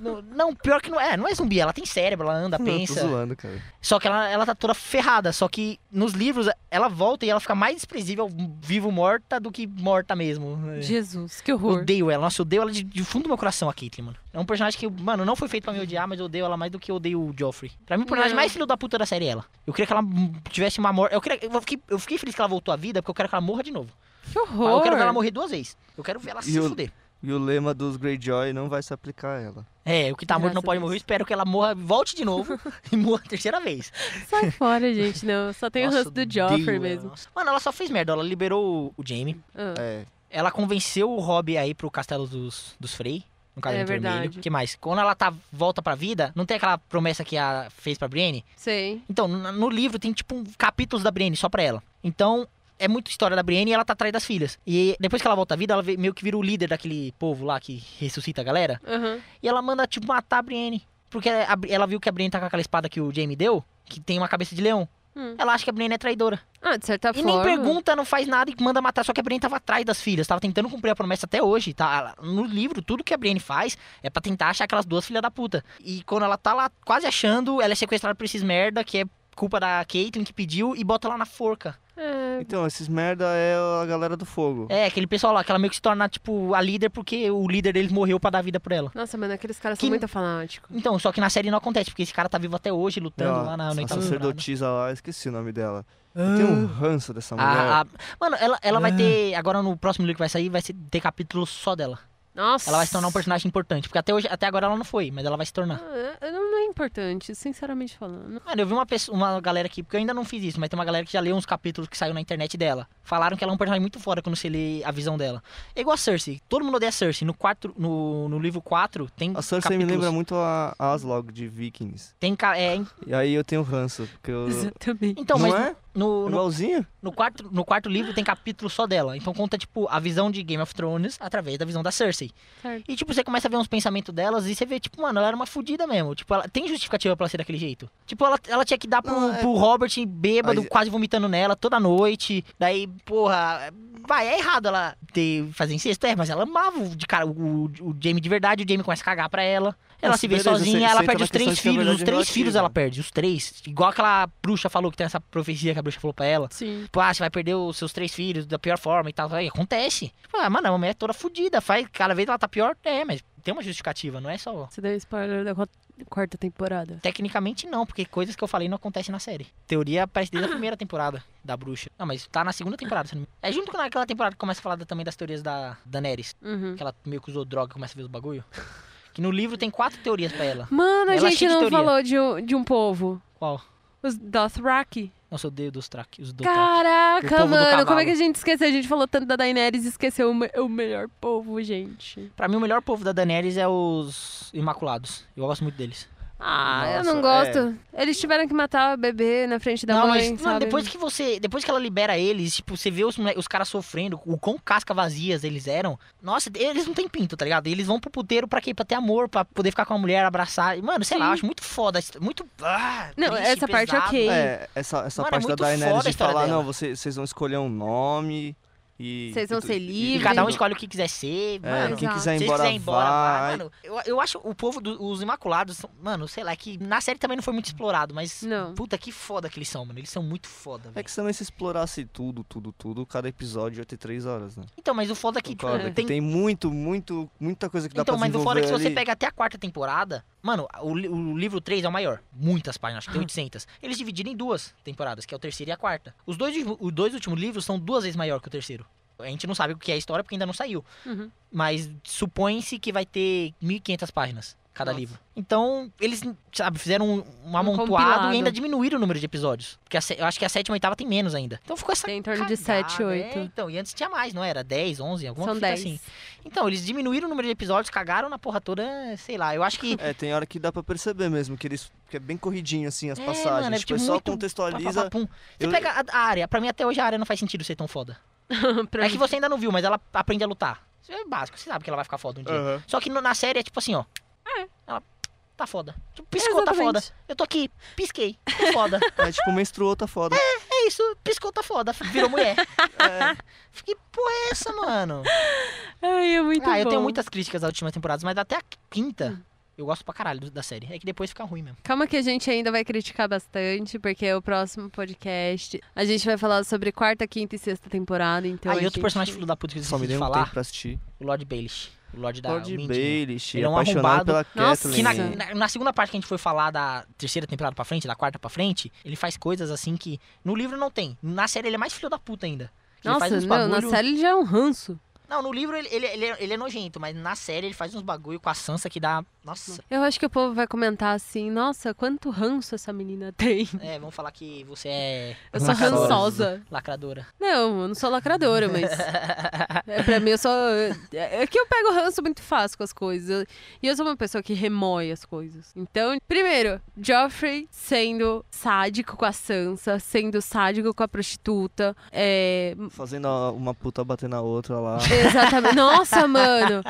S2: no- Não, pior que não é. Não é zumbi, ela tem cérebro, ela anda,
S3: Não, eu tô
S2: pensa.
S3: zoando, cara.
S2: Só que ela, ela tá toda ferrada. Só que nos livros ela volta e ela fica mais desprezível, vivo morta, do que morta mesmo. É.
S1: Jesus, que
S2: Eu
S1: horror.
S2: Odeio ela, nossa, eu odeio ela de, de fundo do meu coração, a Caitlyn, mano. É um personagem que, mano, não foi feito pra me odiar, mas eu odeio ela mais do que eu odeio o Joffrey. Pra mim, o personagem
S1: Não.
S2: mais filho da puta da série é ela. Eu queria que ela hum, tivesse uma morte. Eu, queria... eu, fiquei... eu fiquei feliz que ela voltou à vida, porque eu quero que ela morra de novo.
S1: Que horror.
S2: Eu quero ver ela morrer duas vezes. Eu quero ver ela se
S3: E o-
S2: fuder.
S3: E o lema dos Greyjoy não vai se aplicar a ela.
S2: É, o que tá morto não
S1: Graças a
S2: pode
S1: Deus.
S2: morrer. Eu espero que ela morra, volte de novo e morra a terceira vez.
S1: Sai fora, gente, não. Eu Só tem o
S2: Nossa,
S1: ranço do
S2: odeio
S1: Joffrey
S2: ela,
S1: mesmo.
S2: nossa. Mano, ela só fez merda. Ela liberou o Jamie.
S1: Ah.
S3: É.
S2: Ela convenceu o Rob aí pro castelo dos, dos Frey. No caso
S1: É verdade.
S2: vermelho. que mais? Quando ela tá volta pra vida, não tem aquela promessa que a fez pra Brienne?
S1: Sei.
S2: Então, no, no livro tem tipo um, capítulos da Brienne só pra ela. Então, é muita história da Brienne e ela tá atrás das filhas. E depois que ela volta à vida, ela vê- meio que vira o líder daquele povo lá que ressuscita a galera.
S1: Aham.
S2: E ela manda, tipo, matar a Brienne. Porque a Bri- ela viu que a Brienne tá com aquela espada que o Jaime deu, que tem uma cabeça de leão.
S1: Hum.
S2: Ela acha que a Brienne é traidora.
S1: Ah, de certa
S2: E
S1: forma.
S2: nem pergunta, não faz nada e manda matar. Só que a Brienne tava atrás das filhas, tava tentando cumprir a promessa até hoje, tá? Ela- No livro, tudo que a Brienne faz é pra tentar achar aquelas duas filhas da puta. E quando ela tá lá quase achando, ela é sequestrada por esses merda, que é culpa da Caitlyn que pediu, e bota lá na forca.
S1: É,
S3: Então, esses merda é a galera do fogo.
S2: É, aquele pessoal lá, que ela meio que se torna, tipo, a líder porque o líder deles morreu pra dar vida por ela.
S1: Nossa, mano, aqueles caras
S2: Que-
S1: são muito fanáticos.
S2: Então, só que na série não acontece, porque esse cara tá vivo até hoje, lutando
S3: É, Ó,
S2: lá na
S3: a
S2: noitava temporada. Ah,
S3: sacerdotisa lá, esqueci o nome dela. Eu tenho um ranço dessa mulher. Ah.
S2: A- a- Mano, ela, ela vai ter. Agora no próximo livro que vai sair, vai ser- ter capítulo só dela.
S1: Nossa.
S2: Ela vai se tornar um personagem importante, porque até, hoje, até agora ela não foi, mas ela vai se tornar.
S1: Ah, é- Não não é importante, sinceramente falando.
S2: Mano, eu vi uma, pessoa, uma galera aqui, porque eu ainda não fiz isso, mas tem uma galera que já leu uns capítulos que saiu na internet dela. Falaram que ela é um personagem muito foda quando você lê a visão dela. É igual a Cersei, todo mundo odeia a Cersei. No, quatro, no, no livro 4 tem
S3: A Cersei
S2: capítulos.
S3: me lembra muito a Aslog de Vikings.
S2: Tem, ca- é,
S3: E aí eu tenho ranço, porque eu...
S1: Exatamente.
S2: então,
S3: não
S2: mas
S3: é?
S2: No, no,
S3: Igualzinho?
S2: no quarto, no quarto livro tem capítulo só dela. Então conta, tipo, a visão de Game of Thrones através da visão da Cersei.
S1: Certo.
S2: E, tipo, você começa a ver uns pensamentos delas e você vê, tipo, mano, ela era uma fudida mesmo. Tipo, ela tem justificativa pra ela ser daquele jeito. Tipo, ela, ela tinha que dar pro,
S3: Não, é-
S2: pro Robert bêbado,
S3: Mas-
S2: quase vomitando nela toda noite. Daí, porra. Vai, é errado ela ter, fazer incesto, é, mas ela amava o- de cara o, o Jamie de verdade, o Jamie começa a cagar pra ela. Ela
S3: Nossa,
S2: se vê
S3: beleza,
S2: sozinha,
S3: você-
S2: ela
S3: você
S2: perde
S3: entra
S2: os
S3: na questão
S2: três
S3: de que a
S2: filhos, os
S3: verdade é
S2: três filhos
S3: relativa.
S2: ela perde, os três. Igual aquela bruxa falou que tem essa profecia que a bruxa falou pra ela.
S1: Sim.
S2: Tipo, ah, você vai perder os seus três filhos da pior forma e tal. Aí acontece. Tipo, ah, mano, a mulher é toda fodida. Faz, cada vez ela tá pior, é, mas tem uma justificativa, não é só.
S1: Você deu spoiler da qua- quarta temporada.
S2: Tecnicamente não, porque coisas que eu falei não acontecem na série. Teoria aparece desde a primeira temporada da bruxa. Não, mas tá na segunda temporada. se não me- É junto com aquela temporada que começa a falar da- também das teorias da Daenerys.
S1: Uhum.
S2: Que ela meio que usou droga e começa a ver os bagulho. Que no livro tem quatro teorias pra ela.
S1: Mano, a
S2: Ela é
S1: gente
S2: cheia de
S1: não
S2: teoria.
S1: falou de um, de um povo.
S2: Qual?
S1: Os Dothraki.
S2: Nossa, eu odeio dos track. Os Dothraki. O
S1: Caraca,
S2: povo do
S1: mano, como é
S2: cavalo.
S1: que a gente esqueceu? A gente falou tanto da Daenerys e esqueceu o, me- o melhor povo, gente.
S2: Pra mim, o melhor povo da Daenerys é os Imaculados. Eu gosto muito deles.
S1: Ah, eu
S3: Nossa,
S1: não gosto. Eles tiveram que matar o bebê na frente da
S2: é. não,
S1: mãe,
S2: mas,
S1: sabe?
S2: mano, depois que você. Depois que ela libera eles, tipo, você vê os, mole- os caras sofrendo, o quão casca vazias eles eram. Nossa, eles não têm pinto, tá ligado? Eles vão pro puteiro pra quê? Pra ter amor, pra poder ficar com a mulher, abraçar. E, Mano, sei lá, eu acho muito foda. isso- Muito. Ah,
S1: Não,
S2: triste,
S1: essa parte
S2: pesado.
S1: ok. Ei.
S3: É, essa, essa
S2: Mano, é
S3: parte da
S2: muito
S3: Daenerys
S2: foda a
S3: de
S2: história
S3: falar,
S2: dela.
S3: não, vocês, vocês vão escolher um nome e...
S1: Vocês vão
S3: e tu-
S1: ser
S3: e-
S2: E
S1: livres.
S2: cada um escolhe um o que quiser ser.
S3: É,
S2: mano,
S3: quem
S1: Exato.
S3: quiser
S2: se eles
S3: ir embora,
S2: quiserem ir embora, vá,
S3: vai.
S2: mano. Eu, eu acho o povo dos Imaculados, são- mano, sei lá, que na série também não foi muito explorado, mas.
S1: Não.
S2: Puta, que foda que eles são, mano. Eles são muito foda,
S3: É
S2: velho.
S3: que também se explorasse tudo, tudo, tudo, cada episódio ia ter três horas, né?
S2: Então, mas o foda é que tipo,
S3: Concorda? que
S2: tem
S3: tem muito, muito, muita coisa que dá
S2: Então,
S3: pra
S2: mas o foda
S3: desenvolver
S2: é que se você
S3: ali.
S2: pega até a quarta temporada, mano, o, li- o livro 3 é o maior. Muitas páginas, acho que tem 800. Eles dividiram em duas temporadas, que é o terceiro e a quarta. Os dois, ulti- os dois últimos livros são duas vezes maior que o terceiro. A gente não sabe o que é a história porque ainda não saiu.
S1: Uhum.
S2: Mas supõe-se que vai ter 1.500 páginas cada
S3: Nossa.
S2: livro. Então, eles, sabe, fizeram um, um amontoado
S1: compilado.
S2: e ainda diminuíram o número de episódios. Porque a sé- eu acho que a sétima e oitava tem menos ainda. Então ficou essa
S1: Tem em torno de
S2: cagada,
S1: sete,
S2: é,
S1: oito.
S2: então, e antes tinha mais, não era? 10, 11, alguma
S1: São
S2: coisa
S1: dez.
S2: assim. Então, eles diminuíram o número de episódios, cagaram na porra toda, sei lá. Eu acho que.
S3: É, tem hora que dá pra perceber mesmo, que eles. Que é bem corridinho, assim, as
S2: É,
S3: passagens.
S2: mano, é
S3: tipo,
S2: tipo
S3: só
S2: muito-
S3: contextualiza.
S2: Pá, pá, pá, pum. Você
S3: Eu-
S2: pega a, a área. Pra mim, até hoje a área não faz sentido ser tão foda.
S1: Pra
S2: É
S1: mim.
S2: que você ainda não viu, mas ela aprende a lutar. Isso é básico, você sabe que ela vai ficar foda um dia.
S3: Aham.
S2: Só que no- na série é tipo assim, ó.
S1: É.
S2: Ela tá foda. Tipo, piscou, tá foda.
S1: Exatamente.
S2: Eu tô aqui, pisquei, tô foda.
S3: É tipo, menstruou, tá foda.
S2: é isso, piscou, tá foda. Virou mulher.
S3: É,
S2: Fiquei, porra, é essa, mano?
S1: Ai, é muito
S2: ah,
S1: bom. Hum.
S2: eu tenho muitas críticas às últimas temporadas, mas até a quinta. Eu gosto pra caralho do- da série. É que depois fica ruim mesmo.
S1: Calma que a gente ainda vai criticar bastante, porque o próximo podcast a gente vai falar sobre quarta, quinta e sexta temporada, então a
S2: ah, e outro
S1: gente-
S2: personagem filho da puta que eu
S3: só me
S2: esqueci
S3: deu
S2: de
S3: um
S2: falar.
S3: tempo pra assistir.
S2: O Lord Baelish. O Lord da
S3: Lord
S2: Windy.
S3: Baelish,
S2: Ele é um
S3: apaixonado
S2: arrombado.
S3: pela
S1: Nossa,
S2: Que na,
S3: Kathleen.
S2: na- na segunda parte que a gente foi falar da terceira temporada pra frente, da quarta pra frente, ele faz coisas assim que no livro não tem. Na série ele é mais filho da puta ainda. Ele
S1: Nossa,
S2: faz uns
S1: não, na
S2: bagulho-
S1: série ele já é um ranço.
S2: Não, no livro ele, ele, ele, é- ele é nojento, mas na série ele faz uns bagulho com a Sansa que dá. Nossa.
S1: Eu acho que o povo vai comentar assim, nossa, quanto ranço essa menina tem.
S2: É, vamos falar que você é
S1: Eu sou
S3: Lacradora.
S1: rançosa.
S2: lacradora.
S1: Não, eu não sou lacradora, mas. é, pra mim, eu sou. É que eu pego ranço muito fácil com as coisas. Eu- E eu sou uma pessoa que remoe as coisas. Então, primeiro, Joffrey sendo sádico com a Sansa, sendo sádico com a prostituta. É.
S3: Fazendo a- uma puta bater na outra lá.
S1: Exatamente. Nossa, mano!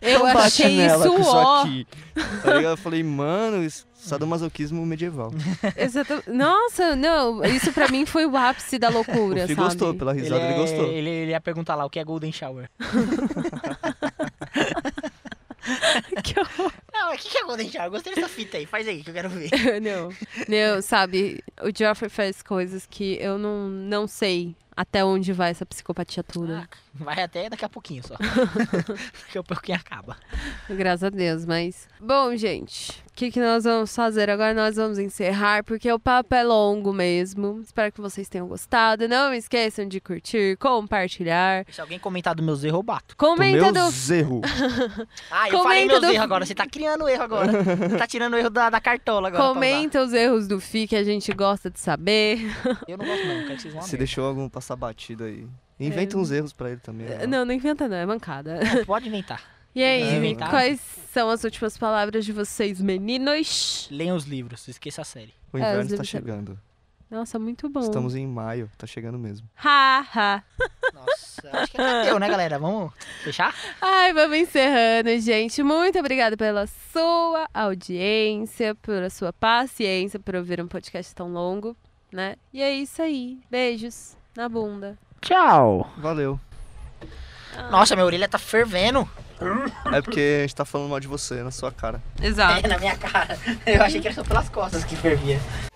S1: Eu
S3: Então bate
S1: achei
S3: nela
S1: isso
S3: com isso
S1: ó.
S3: aqui. Tá ligado? Eu falei, mano, isso- é sadomasoquismo medieval.
S1: Exata- Nossa, não, isso pra mim foi o ápice da
S3: O
S1: loucura,
S3: Fih
S1: sabe?
S3: gostou, pela risada ele,
S2: é-
S3: gostou.
S2: Ele, ele ia perguntar lá o que é Golden Shower.
S1: Que horror.
S2: Não, o que que é Golden Shower? Gostei dessa fita aí, faz aí que eu quero ver.
S1: não, não, sabe, o Joffrey faz coisas que eu não, não sei até onde vai essa psicopatia toda.
S2: Ah, vai até daqui a pouquinho só. daqui a pouquinho acaba.
S1: Graças a Deus, mas. Bom, gente, o que, que nós vamos fazer? Agora nós vamos encerrar, porque o papo é longo mesmo. Espero que vocês tenham gostado. Não esqueçam de curtir, compartilhar.
S2: Se alguém comentar dos meus erros, eu bato.
S1: Comenta
S3: Meu
S1: do.
S3: zerro.
S2: Ah, eu
S1: Comenta
S2: falei meus
S1: do-
S2: erros agora. Você tá criando erro agora. Você tá tirando erro da, da cartola agora. pra
S1: Comenta os erros do Fi que a gente gosta de saber.
S2: usar. Eu não gosto não, quero que vocês vão
S3: Se deixou algum passar batido aí. Inventa uns erros pra ele também. né?
S1: Não, não inventa, não, é mancada.
S2: Pode inventar.
S1: E aí,
S2: Inventar.
S1: quais são as últimas palavras de vocês, meninos?
S2: Leiam os livros, esqueça a série.
S3: O
S1: É, os
S3: inverno
S1: livros
S3: tá
S1: também.
S3: chegando.
S1: Nossa, muito bom.
S3: Estamos em maio, tá chegando mesmo.
S1: Ha, ha.
S2: Nossa, acho que acabou, né, galera? Vamos fechar?
S1: Ai, vamos encerrando, gente. Muito obrigada pela sua audiência, pela sua paciência por ouvir um podcast tão longo, né? E é isso aí. Beijos na bunda.
S2: Tchau.
S3: Valeu.
S2: Nossa, minha orelha tá fervendo.
S3: É porque a gente tá falando mal de você, na sua cara.
S1: Exato.
S2: É, na minha cara. Eu achei que era só pelas costas que fervia.